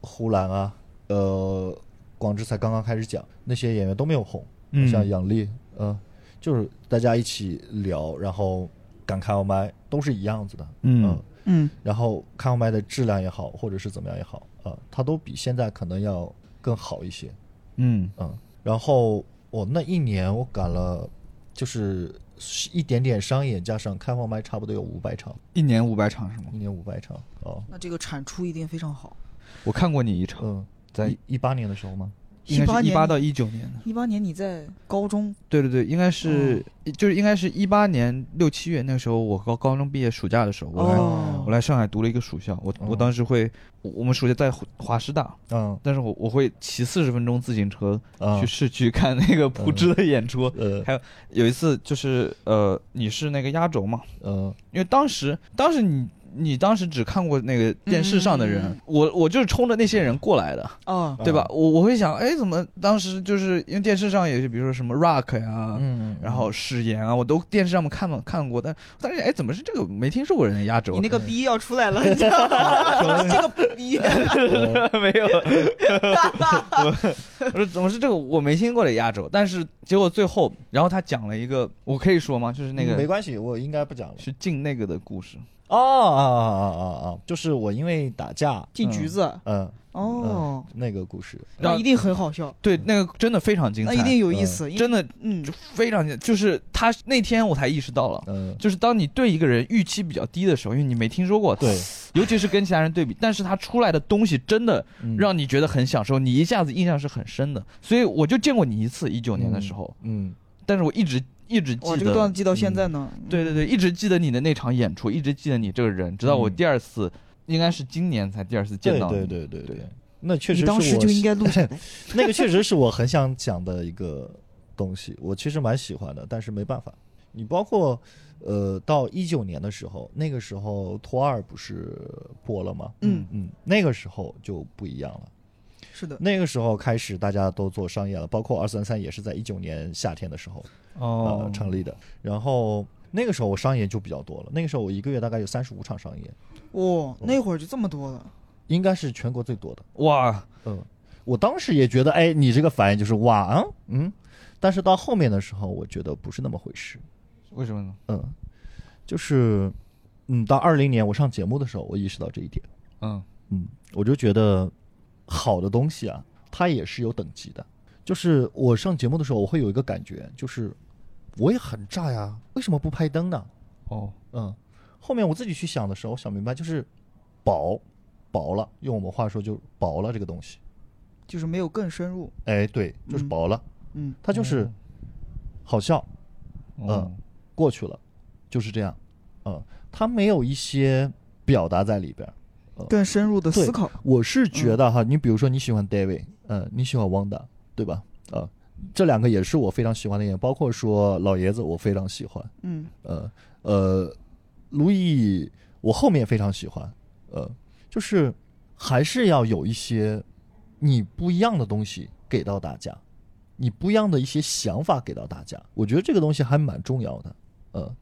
B: 呼兰啊，呃，广志才刚刚开始讲，那些演员都没有红，
A: 嗯
B: 像杨笠，嗯、就是大家一起聊，然后敢开麦都是一样子的，呃
A: 嗯
C: 嗯
B: 然后开麦的质量也好，或者是怎么样也好，啊、它都比现在可能要更好一些，
A: 嗯
B: 嗯，然后我那一年我赶了，就是一点点商演加上开放麦，差不多有五百场，
A: 一年五百场是吗
B: 一？年五百场哦，
C: 那这个产出一定非常好。
A: 我看过你一场，
B: 嗯，
A: 在
B: 一一八年的时候吗？
A: 应该
C: 18
A: 是一
C: 年
A: 八到一九年的。
C: 一八年你在高中，
A: 对对对，应该是、就是应该是一八年六七月那个时候，我高高中毕业暑假的时候，我来、
C: 哦
A: 我来上海读了一个暑校，我、我
B: 哦
A: 当时会，我我们暑假在华华师大，
B: 嗯
A: 但是我我会骑四十分钟自行车
B: 啊
A: 去，市区看那个蒲芝的演出。
B: 呃
A: 有一次就是呃，你是那个压轴嘛，
B: 呃
A: 因为当时当时你你当时只看过那个电视上的人，
C: 嗯嗯嗯
A: 我我就是冲着那些人过来的。
C: 哦，
A: 对吧？我我会想，哎，怎么当时就是因为电视上也是，比如说什么 Rock 呀、
B: 嗯，
A: 然后誓言啊，我都电视上面看嘛看过，但但是哎，怎么是这个没听说过人的压轴？
C: 你那个逼要出来了，你 知道吗？这个逼，
A: 没 有， 我说怎么是这个我没听过的压轴？但是结果最后，然后他讲了一个，我可以说吗？就是那
B: 没
A: 个
B: 关系，我应该不讲了。
A: 是进那个的故事，
B: 哦啊啊啊啊啊！就是我因为打架，
C: 进橘子
B: 嗯，
C: 哦，
B: 那个故事，
A: 然
C: 那
A: 后
C: 一定很好笑，
A: 对那个真的非嗯常精
C: 那
A: 彩，
C: 一定有意思，因为
A: 真的
C: 嗯，
A: 非常精彩就是他那天我才意识到了。
B: 嗯，
A: 就是当你对一个人预期比较低的时候，因为你没听说过，
B: 对，
A: 尤其是跟其他人对比，但是他出来的东西真的
B: 嗯
A: 让你觉得很享受，你一下子印象是很深的。所以我就见过你一次，一九年的时候，，
B: 嗯
A: 但是我一直一直记
C: 哇，
A: 得，嗯
C: 这个段子记到现在呢，
A: 对对对，一直记得你的那场演出，一直记得你这个人，直到我
B: 嗯
A: 第二次，应该是今年才第二次
B: 嗯，
A: 见到
B: 对
A: 你。
B: 对对对
A: 对
B: 对，那确实
C: 你
B: 是
C: 当时
B: 我
C: 就应该录下来，
B: 那个确实是我很想讲的一个东西，我其实蛮喜欢的，但是没办法。你包括呃，到一九年的时候，那个时候托二不是播了吗？
C: 嗯，
B: 嗯，那个时候就不一样了。
C: 是的，
B: 那个时候开始，大家都做商业了，包括二三三也是在一九年夏天的时候呃
A: 哦，
B: 成立的。然后那个时候我商演就比较多了，那个时候我一个月大概有三十五场商演，
C: 哇，那会儿就这么多了，
B: 应该是全国最多的。
A: 哇，
B: 嗯，我当时也觉得，哎，你这个反应就是哇，啊嗯，但是到后面的时候，我觉得不是那么回事，
A: 为什么呢？
B: 嗯，就是，嗯，到二零年我上节目的时候，我意识到这一点，
A: 嗯，
B: 嗯，我就觉得好的东西啊，它也是有等级的，就是我上节目的时候，我会有一个感觉，就是我也很炸呀，为什么不拍灯呢？
A: 哦，
B: 嗯，后面我自己去想的时候，我想明白就是薄，薄了，用我们话说就薄了这个东西，
C: 就是没有更深入，
B: 哎，对，就是
C: 嗯
B: 薄了。
C: 嗯，
B: 它就是嗯好笑
A: 哦，
B: 过去了，就是这样，嗯，它没有一些表达在里边儿。
C: 更深入的
B: 对
C: 思考，
B: 我是觉得哈，你比如说你喜欢 David，嗯，你喜欢 Wanda，对吧？啊、这两个也是我非常喜欢的演员，包括说老爷子，我非常喜欢，
C: 嗯，
B: 呃呃，路易我后面非常喜欢，呃，就是还是要有一些你不一样的东西给到大家，你不一样的一些想法给到大家，我觉得这个东西还蛮重要的，呃，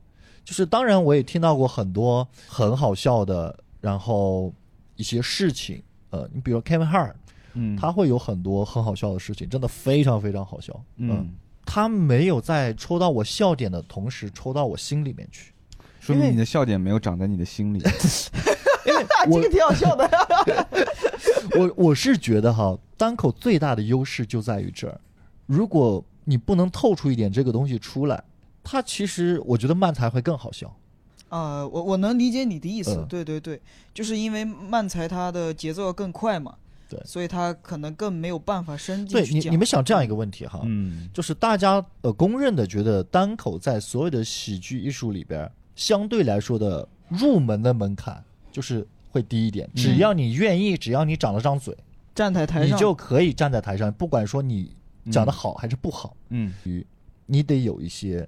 B: 就是当然我也听到过很多很好笑的，然后一些事情，呃，你比如 Kevin Hart，
A: 嗯，
B: 他会有很多很好笑的事情，真的非常非常好笑，
A: 嗯，
B: 他没有在戳到我笑点的同时戳到我心里面去。
A: 说明你的笑点没有长在你的心里。
C: 这个挺好笑的，
B: 我我是觉得哈，单口最大的优势就在于这儿，如果你不能透出一点这个东西出来，它其实我觉得慢才会更好笑。
C: 呃，我我能理解你的意思，
B: 嗯
C: 对对对，就是因为慢才它的节奏要更快嘛，
B: 对
C: 所以它可能更没有办法伸进
B: 对
C: 去
B: 你
C: 讲。
B: 你们想这样一个问题哈，
A: 嗯，
B: 就是大家呃公认的觉得单口在所有的喜剧艺术里边儿，相对来说的入门的门槛就是会低一点，只要你愿意，只要你长了张嘴。
C: 站在台
B: 你
C: 上，
B: 就可以站在台上，不管说你讲的好还是不好，
A: 嗯，
B: 你得有一些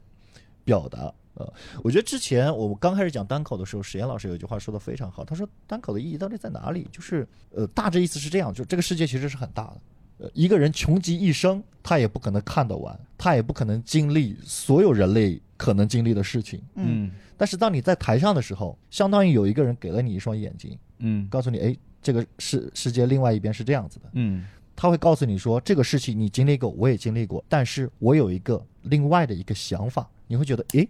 B: 表达。呃，我觉得之前我刚开始讲单口的时候，史岩老师有一句话说的非常好，他说单口的意义到底在哪里？就是呃，大致意思是这样，就这个世界其实是很大的。呃，一个人穷极一生，他也不可能看得完，他也不可能经历所有人类可能经历的事情。
C: 嗯，
A: 嗯，
B: 但是当你在台上的时候，相当于有一个人给了你一双眼睛，
A: 嗯，
B: 告诉你，哎，这个世世界另外一边是这样子的。
A: 嗯，
B: 他会告诉你说，这个事情你经历过，我也经历过，但是我有一个另外的一个想法，你会觉得，诶，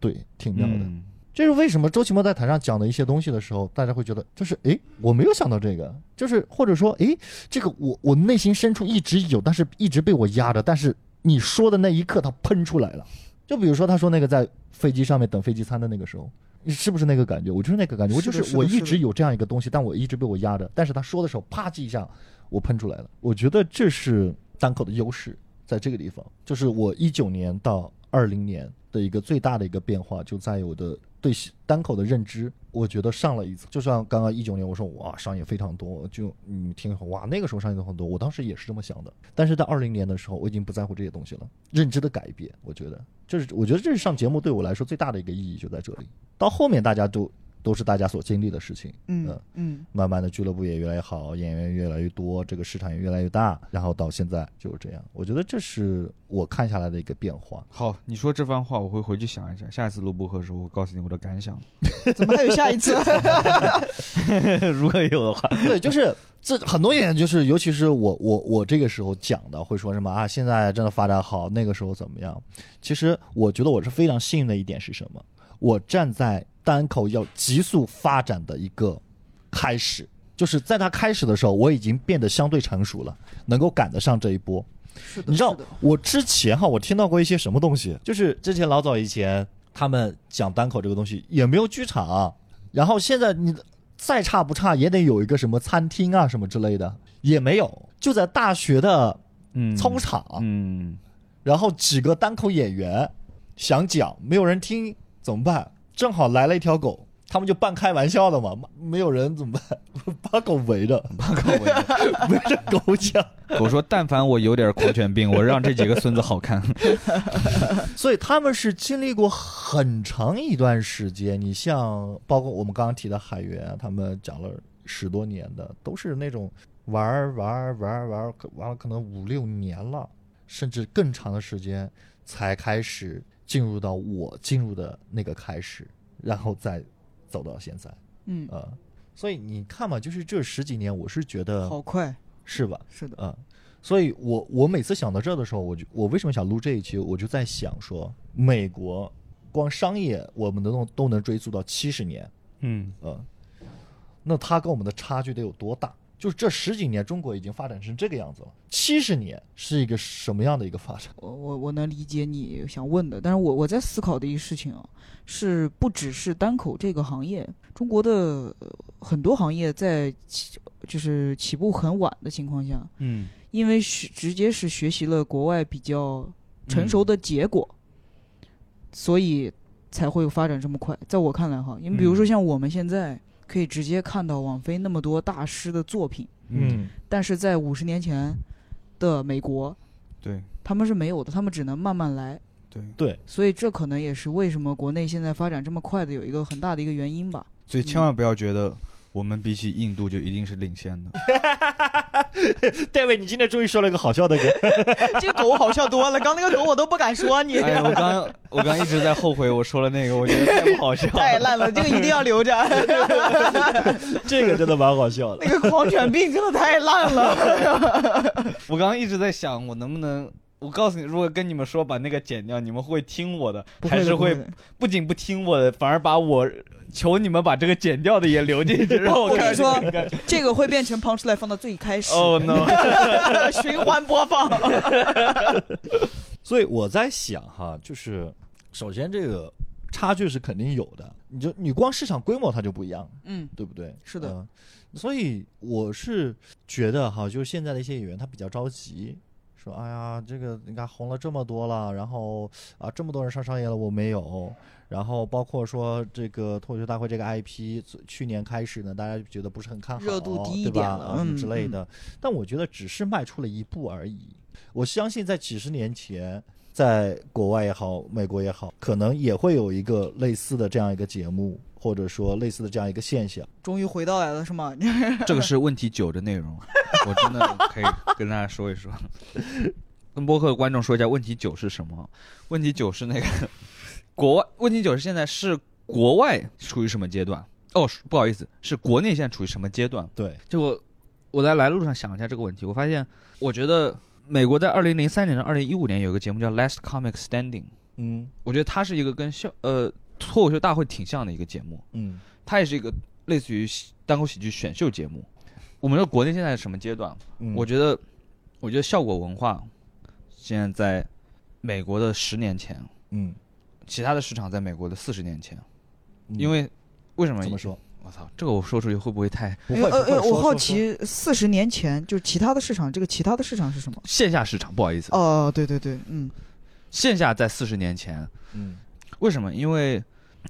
B: 对，挺妙的。
A: 嗯
B: 这是为什么周奇墨在台上讲的一些东西的时候，大家会觉得，就是诶，我没有想到这个，就是或者说，诶，这个我我内心深处一直有，但是一直被我压着，但是你说的那一刻，它喷出来了。就比如说他说那个在飞机上面等飞机餐的那个时候，是不是那个感觉？我就是那个感觉，我就是
C: 的是
B: 是
C: 的
B: 我
C: 是
B: 一
C: 的
B: 直有这样一个东西，但我一直被我压着。但是他说的时候，啪叽一下，我喷出来了。我觉得这是单口的优势，在这个地方，就是我一九年到二零年的一个最大的一个变化，就在于我的对单口的认知，我觉得上了一次。就像刚刚一九年，我说哇，商业非常多，就你听哇，那个时候商业都很多，我当时也是这么想的。但是到二零年的时候，我已经不在乎这些东西了，认知的改变，我觉得这是我觉得这是上节目对我来说最大的一个意义就在这里。到后面大家都都是大家所经历的事情，
C: 嗯
B: 嗯
C: 嗯，
B: 慢慢的俱乐部也越来越好，演员越来越多，这个市场也越来越大，然后到现在就是这样。我觉得这是我看下来的一个变化。
A: 好，你说这番话，我会回去想一下。下一次录播客的时候，我告诉你我的感想。
C: 怎么还有下一 次？
B: 嗯
D: 如果有的话，
B: 对，就是这很多演员，就是尤其是我我我这个时候讲的，会说什么啊？现在真的发展好，那个时候怎么样？其实我觉得我是非常幸运的一点是什么？我站在单口要急速发展的一个开始，就是在它开始的时候，我已经变得相对成熟了，能够赶得上这一波。
C: 是的，
B: 你知道
C: 是的
B: 我之前哈，我听到过一些什么东西，就是之前老早以前他们讲单口这个东西也没有剧场、然后现在你再差不差也得有一个什么餐厅啊什么之类的，也没有，就在大学的
A: 嗯，
B: 操场，
A: 嗯，
B: 然后几个单口演员想讲，没有人听怎么办？正好来了一条狗。他们就半开玩笑的嘛，没有人怎么办？ 把狗围着，
A: 八个我一
B: 围着狗讲，
A: 个我说，但凡我有点狂犬 病，我让这几个孙子好看。
B: 所以他们是经历过很长一段时间。你像包括我们刚刚提的海源，他们讲了十多年的，都是那种玩儿玩儿玩儿玩儿，可玩了可能五六年了，甚至更长的时间才开始进入到我进入的那个开始，然后再走到现在。
C: 嗯，
B: 呃，所以你看嘛，就是这十几年，我是觉得
C: 好快，
B: 是吧？
C: 是的，
B: 嗯，所以我我每次想到这儿的时候，我就我为什么想录这一期，我就在想说，美国光商业我们能都能追溯到七十年，
A: 嗯，
B: 嗯，那它跟我们的差距得有多大？就是这十几年，中国已经发展成这个样子了，七十年是一个什么样的一个发展？
C: 我我我能理解你想问的，但是我我在思考的一事情啊，是不只是单口这个行业，中国的呃很多行业在起就是起步很晚的情况下，
A: 嗯，
C: 因为学直接是学习了国外比较成熟的结果，所以才会发展这么快。在我看来哈，因为比如说
A: 嗯
C: 像我们现在可以直接看到网飞那么多大师的作品，
A: 嗯，
C: 但是在五十年前的美国，
A: 对
C: 他们是没有的，他们只能慢慢来。
A: 对，
C: 所以这可能也是为什么国内现在发展这么快的有一个很大的一个原因吧。
A: 所以千万不要觉得我们比起印度就一定是领先的。
D: 戴维，你今天终于说了一个好 笑的梗，
C: 这个狗好笑多了，刚那个狗我都不敢说 你
A: 哎呀，我刚我刚一直在后悔我说了那个，我觉得太不好笑了。
C: 太烂了，这个一定要留着。
D: 这个真的蛮好笑的。
C: 那个狂犬病真的太烂了。
A: 我刚刚一直在想，我能不能。我告诉你，如果跟你们说把那个剪掉，你们会听我的，还是会不仅不听我的，反而把我求你们把这个剪掉的也留进去，让我
C: 我跟
A: 看
C: 你说， 这个会变成 punchline 放到最开 始，
A: 哦 no！
C: 循环播放。
B: 所以我在想哈，就是首先这个差距是肯定有的，你就你光市场规模它就不一样，
C: 嗯，
B: 对不对？
C: 是的
B: 嗯所以我是觉得哈，就是现在的一些演员他比较着急，说哎呀，这个你看红了这么多了，然后啊这么多人上商业了，我没有。然后包括说这个脱口秀大会这个 IP，自去年开始呢，大家就觉得不是很看好，
C: 热度低一
B: 对吧
C: 点了
B: 啊什么
C: 嗯
B: 之类的。但我觉得只是迈出了一步而已。我相信在几十年前，在国外也好，美国也好，可能也会有一个类似的这样一个节目，或者说类似的这样一个现象。
C: 终于回到来了，是吗？
A: 这个是问题九的内 容，我真的可以跟大家说一说，跟播客观众说一下问题九是什么。问题九是那个 国外，问题九是现在是国外处于什么阶段？哦，是不好意思，是国内现在处于什么阶段？
B: 对，
A: 就我我在来路上想了一下这个问题，我发现，我觉得美国在二零零三年到二零一五年有一个节目叫《Last Comic Standing》，
B: 嗯
A: 我觉得它是一个跟笑呃脱口秀大会挺像的一个节目，
B: 嗯
A: 它也是一个类似于喜单口喜剧选秀节目。我们说国内现在是什么阶段？
B: 嗯，
A: 我觉得，我觉得效果文化现在在美国的十年前，
B: 嗯
A: 其他的市场在美国的四十年前，
B: 嗯
A: 因为为什么？
B: 怎么说？
A: 我操，这个我说出去会不会太
B: 不会，
C: 哎呦呃
B: 不会
C: 呃，
B: 说
C: 我好
B: 说说
C: 奇，四十年前就是其他的市场，这个其他的市场是什么？
A: 线下市场？不好意思，
C: 哦，对对对，嗯，
A: 线下在四十年前，
B: 嗯，
A: 为什么？因为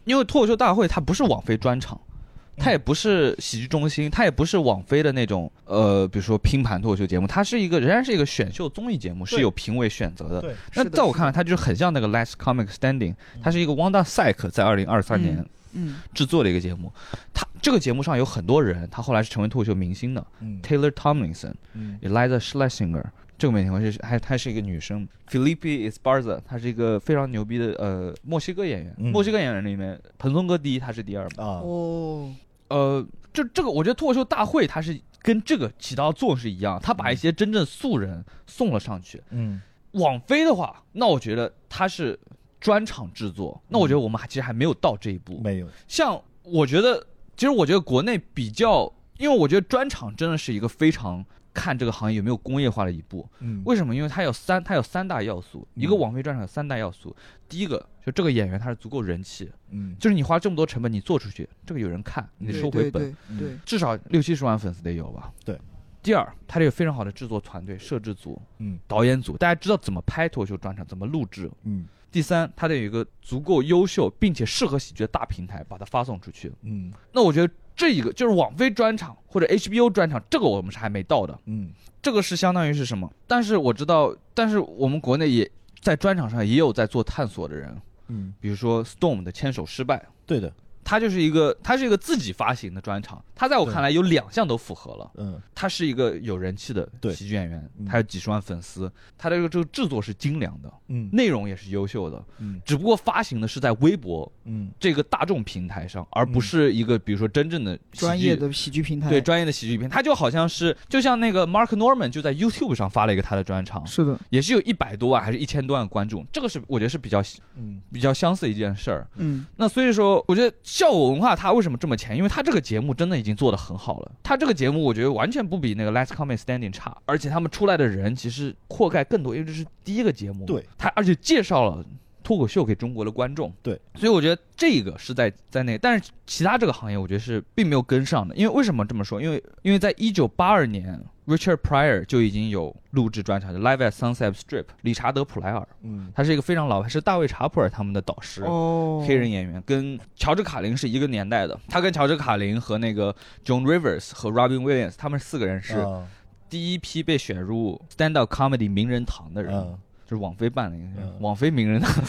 A: 因为脱口秀大会它不是网飞专场，
C: 嗯
A: 它也不是喜剧中心，它也不是网飞的那种呃，比如说拼盘脱口秀节目，它是一个仍然是一个选秀综艺节目，是有评委选择的。
B: 对，
A: 那
C: 是的
A: 在我
C: 是
A: 看来，
C: 的
A: 它就是很像那个 Last Comic Standing，它是一个 Wanda Sykes 在二零二三年
C: 嗯
A: 制作的一个节目。它这个节目上有很多人，他后来是成为脱口秀明星的
B: 嗯
A: ，Taylor Tomlinson、
B: 嗯
A: Eliza Schlesinger。这个没听过，是还她是一个女生，Felipe Esparza，她是一个非常牛逼的呃墨西哥演员。
B: 嗯
A: 墨西哥演员里面，蓬松哥第一，他是第二嘛。
B: 啊，
C: 哦，
A: 呃，就这个，我觉得脱口秀大会它是跟这个起到作用是一样，他把一些真正素人送了上去。
B: 嗯
A: 网飞的话，那我觉得它是专场制作，那我觉得我们还其实还没有到这一步。
B: 嗯没有，
A: 像我觉得，其实我觉得国内比较，因为我觉得专场真的是一个非常看这个行业有没有工业化的一步。
B: 嗯，
A: 为什么？因为它有三，它有三大要素。一个
B: 嗯
A: 网飞专场有三大要素，第一个就这个演员他是足够人气，
B: 嗯
A: 就是你花这么多成本你做出去，这个有人看，你得
C: 对
A: 收回
C: 对
A: 本，嗯
C: 对对，
A: 至少六七十万粉丝得有吧？
B: 对。
A: 第二，它得有非常好的制作团队、摄制组、
B: 嗯
A: 导演组，大家知道怎么拍脱口秀专场，怎么录制。
B: 嗯
A: 第三，它得有一个足够优秀并且适合喜剧的大平台，把它发送出去。
B: 嗯
A: 那我觉得这一个就是网飞专场或者 HBO 专场，这个我们是还没到的，
B: 嗯
A: 这个是相当于是什么？但是我知道，但是我们国内也在专场上也有在做探索的人，
B: 嗯，
A: 比如说 Storm 的《牵手失败》，
B: 对的，
A: 它就是一个它是一个自己发行的专场，它在我看来有两项都符合了，
B: 嗯
A: 它是一个有人气的
B: 对
A: 喜剧演员
B: 嗯，
A: 他有几十万粉丝，他的这个这个制作是精良的，
B: 嗯
A: 内容也是优秀的，
B: 嗯
A: 只不过发行的是在微博
B: 嗯
A: 这个大众平台上，而不
B: 嗯
A: 是一个比如说真正的喜剧
C: 专业的喜剧平台，
A: 对专业的喜剧片，他就好像是就像那个 Mark Norman 就在 YouTube 上发了一个他的专场，
C: 啊是的，
A: 也是有一百多万还是一千多万观众，这个是我觉得是比较
B: 嗯
A: 比较相似的一件事儿。
C: 嗯
A: 那所以说，我觉得效果文化它为什么这么强？因为它这个节目真的已经做得很好了，它这个节目我觉得完全不比那个 Last Comic Standing 差，而且他们出来的人其实扩盖更多，因为这是第一个节目，
B: 对，
A: 他而且介绍了。脱口秀给中国的观众，
B: 对，
A: 所以我觉得这个是在在那，但是其他这个行业我觉得是并没有跟上的，因为为什么这么说？因为因为在一九八二年，Richard Pryor 就已经有录制专场，就 Live at Sunset Strip，理查德普莱尔，
B: 嗯
A: 他是一个非常老牌，是大卫查普尔他们的导师，
C: 哦，
A: 黑人演员，跟乔治卡林是一个年代的。他跟乔治卡林和那个 John Rivers 和 Robin Williams，他们四个人是
B: 啊
A: 第一批被选入 Stand Up Comedy 名人堂的人，
B: 嗯
A: 就是网飞办的一个、
B: 嗯
A: 网飞名人堂。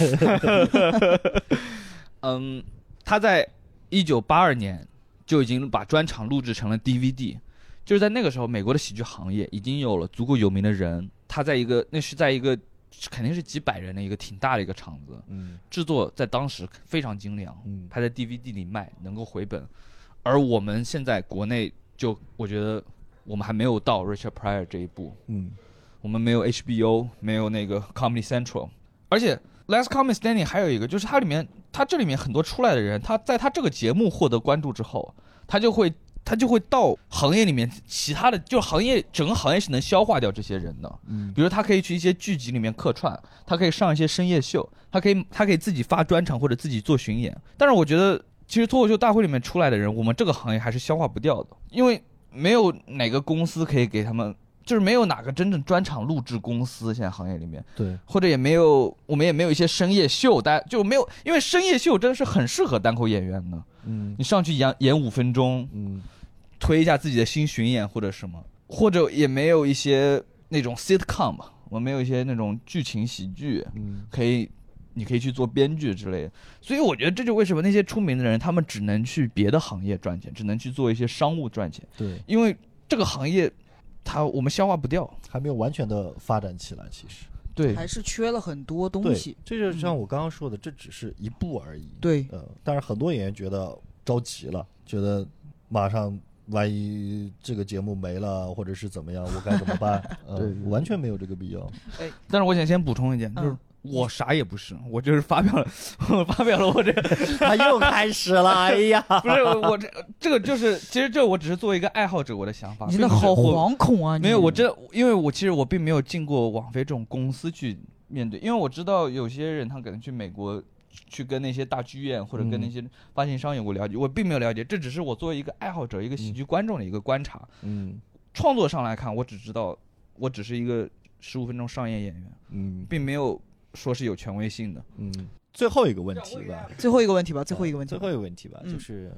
A: 嗯，他在一九八二年就已经把专场录制成了 DVD，就是在那个时候，美国的喜剧行业已经有了足够有名的人。他在一个那是在一个肯定是几百人的一个挺大的一个场子，
B: 嗯
A: 制作在当时非常精良，
B: 嗯
A: 拍在 DVD 里卖，能够回本。而我们现在国内就我觉得我们还没有到 Richard Pryor 这一步，
B: 嗯
A: 我们没有 HBO，没有那个 Comedy Central，而且 Last Comic Standing 还有一个就是它里面它这里面很多出来的人，他在他这个节目获得关注之后，他就会。他就会到行业里面，其他的就是行业整个行业是能消化掉这些人的。
B: 嗯
A: 比如他可以去一些剧集里面客串，他可以上一些深夜秀，他可以他可以自己发专场或者自己做巡演。但是我觉得，其实脱口秀大会里面出来的人，我们这个行业还是消化不掉的，因为没有哪个公司可以给他们，就是没有哪个真正专场录制公司现在行业里面，
B: 对，
A: 或者也没有我们也没有一些深夜秀，大家就没有，因为深夜秀真的是很适合单口演员的，
B: 嗯
A: 你上去演演五分钟，
B: 嗯
A: 推一下自己的新巡演或者什么，或者也没有一些那种 sitcom 吧，我没有一些那种剧情喜剧
B: 嗯
A: 可以，你可以去做编剧之类的。所以我觉得这就为什么那些出名的人，他们只能去别的行业赚钱，只能去做一些商务赚钱，
B: 对，
A: 因为这个行业它我们消化不掉。
B: 还没有完全的发展起来，其实
A: 对
C: 还是缺了很多东
B: 对
C: 西，，
B: 这就像
C: 嗯
B: 我刚刚说的，这只是一步而已。
C: 对，
B: 呃，但是很多演员觉得着急了，觉得马上万一这个节目没了，或者是怎么样，我该怎么 办？呃、
A: 对对
B: 完全没有这个必要。
A: 但是我想先补充一点，就是
C: 嗯
A: 我啥也不是，我就是发表了， 我发表了我这
B: 他又开始了，哎呀，
A: 不是我这这个就是，其实这我只是作为一个爱好者我的想法。
C: 你真的
A: 并不是
C: 好
A: 我
C: 惶恐啊！你
A: 没有，我真因为我其实我并没有进过网飞这种公司去面对，因为我知道有些人他可能去美国去跟那些大剧院或者
B: 嗯
A: 跟那些发行商有过了解，我并没有了解，这只是我作为一个爱好者、一个喜剧观众的一个观察。
B: 嗯
A: 创作上来看，我只知道我只是一个十五分钟上演演员，
B: 嗯
A: 并没有说是有权威性的。
B: 嗯。最后一个问题吧，
C: 最后一个问题吧，最后一个问题
B: 最
C: 吧。
B: 后一个问题吧，
C: 嗯
B: 就是，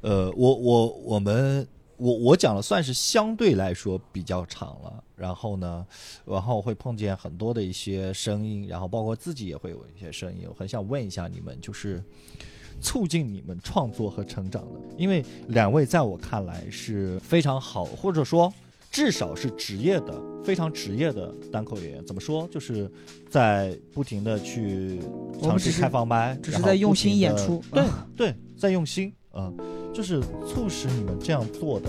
B: 呃，我我我们我我讲的算是相对来说比较长了，然后呢，然后会碰见很多的一些声音，然后包括自己也会有一些声音，我很想问一下你们，就是促进你们创作和成长的，因为两位在我看来是非常好，或者说至少是职业的，非常职业的单口演员。怎么说？就是在不停的去
C: 我
B: 尝
C: 们
B: 试
C: 只是
B: 开放麦，
C: 只
B: 然
C: 是
B: 后
C: 在
B: 不
C: 用心
B: 停
C: 演
B: 地
C: 出 啊
B: 对对，在用心啊、就是促使你们这样做的。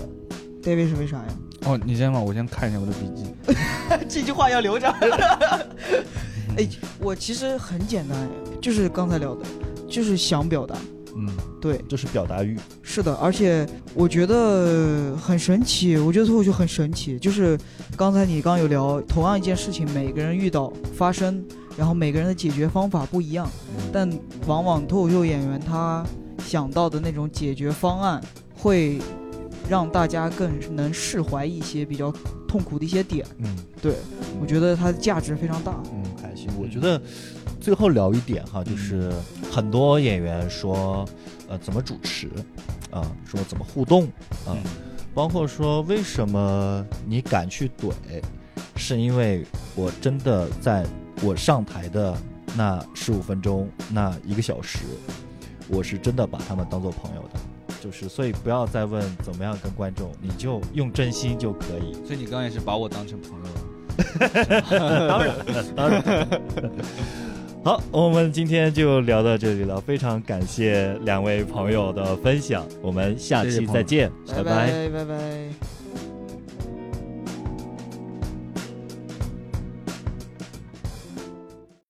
C: David 是为啥呀？
A: 哦，你先吧，我先看一下我的笔记。
C: 这句话要留着。 哎，我其实很简单，就是刚才聊的，就是想表达。
B: 嗯，
C: 对，
B: 就是表达欲。
C: 是的，而且我觉得很神奇，我觉得脱口秀很神奇，就是刚才你刚有聊同样一件事情，每个人遇到发生，然后每个人的解决方法不一样，
D: 嗯
C: 但往往脱口秀演员他想到的那种解决方案，会让大家更能释怀一些比较痛苦的一些点。
B: 嗯
C: 对我觉得它的价值非常大。
B: 嗯，开心。我觉得最后聊一点哈，
C: 嗯
B: 就是很多演员说，呃，怎么主持啊、说怎么 互动啊、
A: 嗯
B: 包括说为什么你敢去怼，是因为我真的在我上台的那十五分钟、那一个小时，我是真的把他们当做朋友的。就是，所以不要再问怎么样跟观众，你就用真心就可以。
A: 所以你刚刚也是把我当成朋友了。
B: 当然，当然。
D: 好，我们今天就聊到这里了，非常感谢两位朋友的分享，我们下
A: 谢谢
D: 期
A: 朋友
D: 再见，拜
C: 拜拜拜。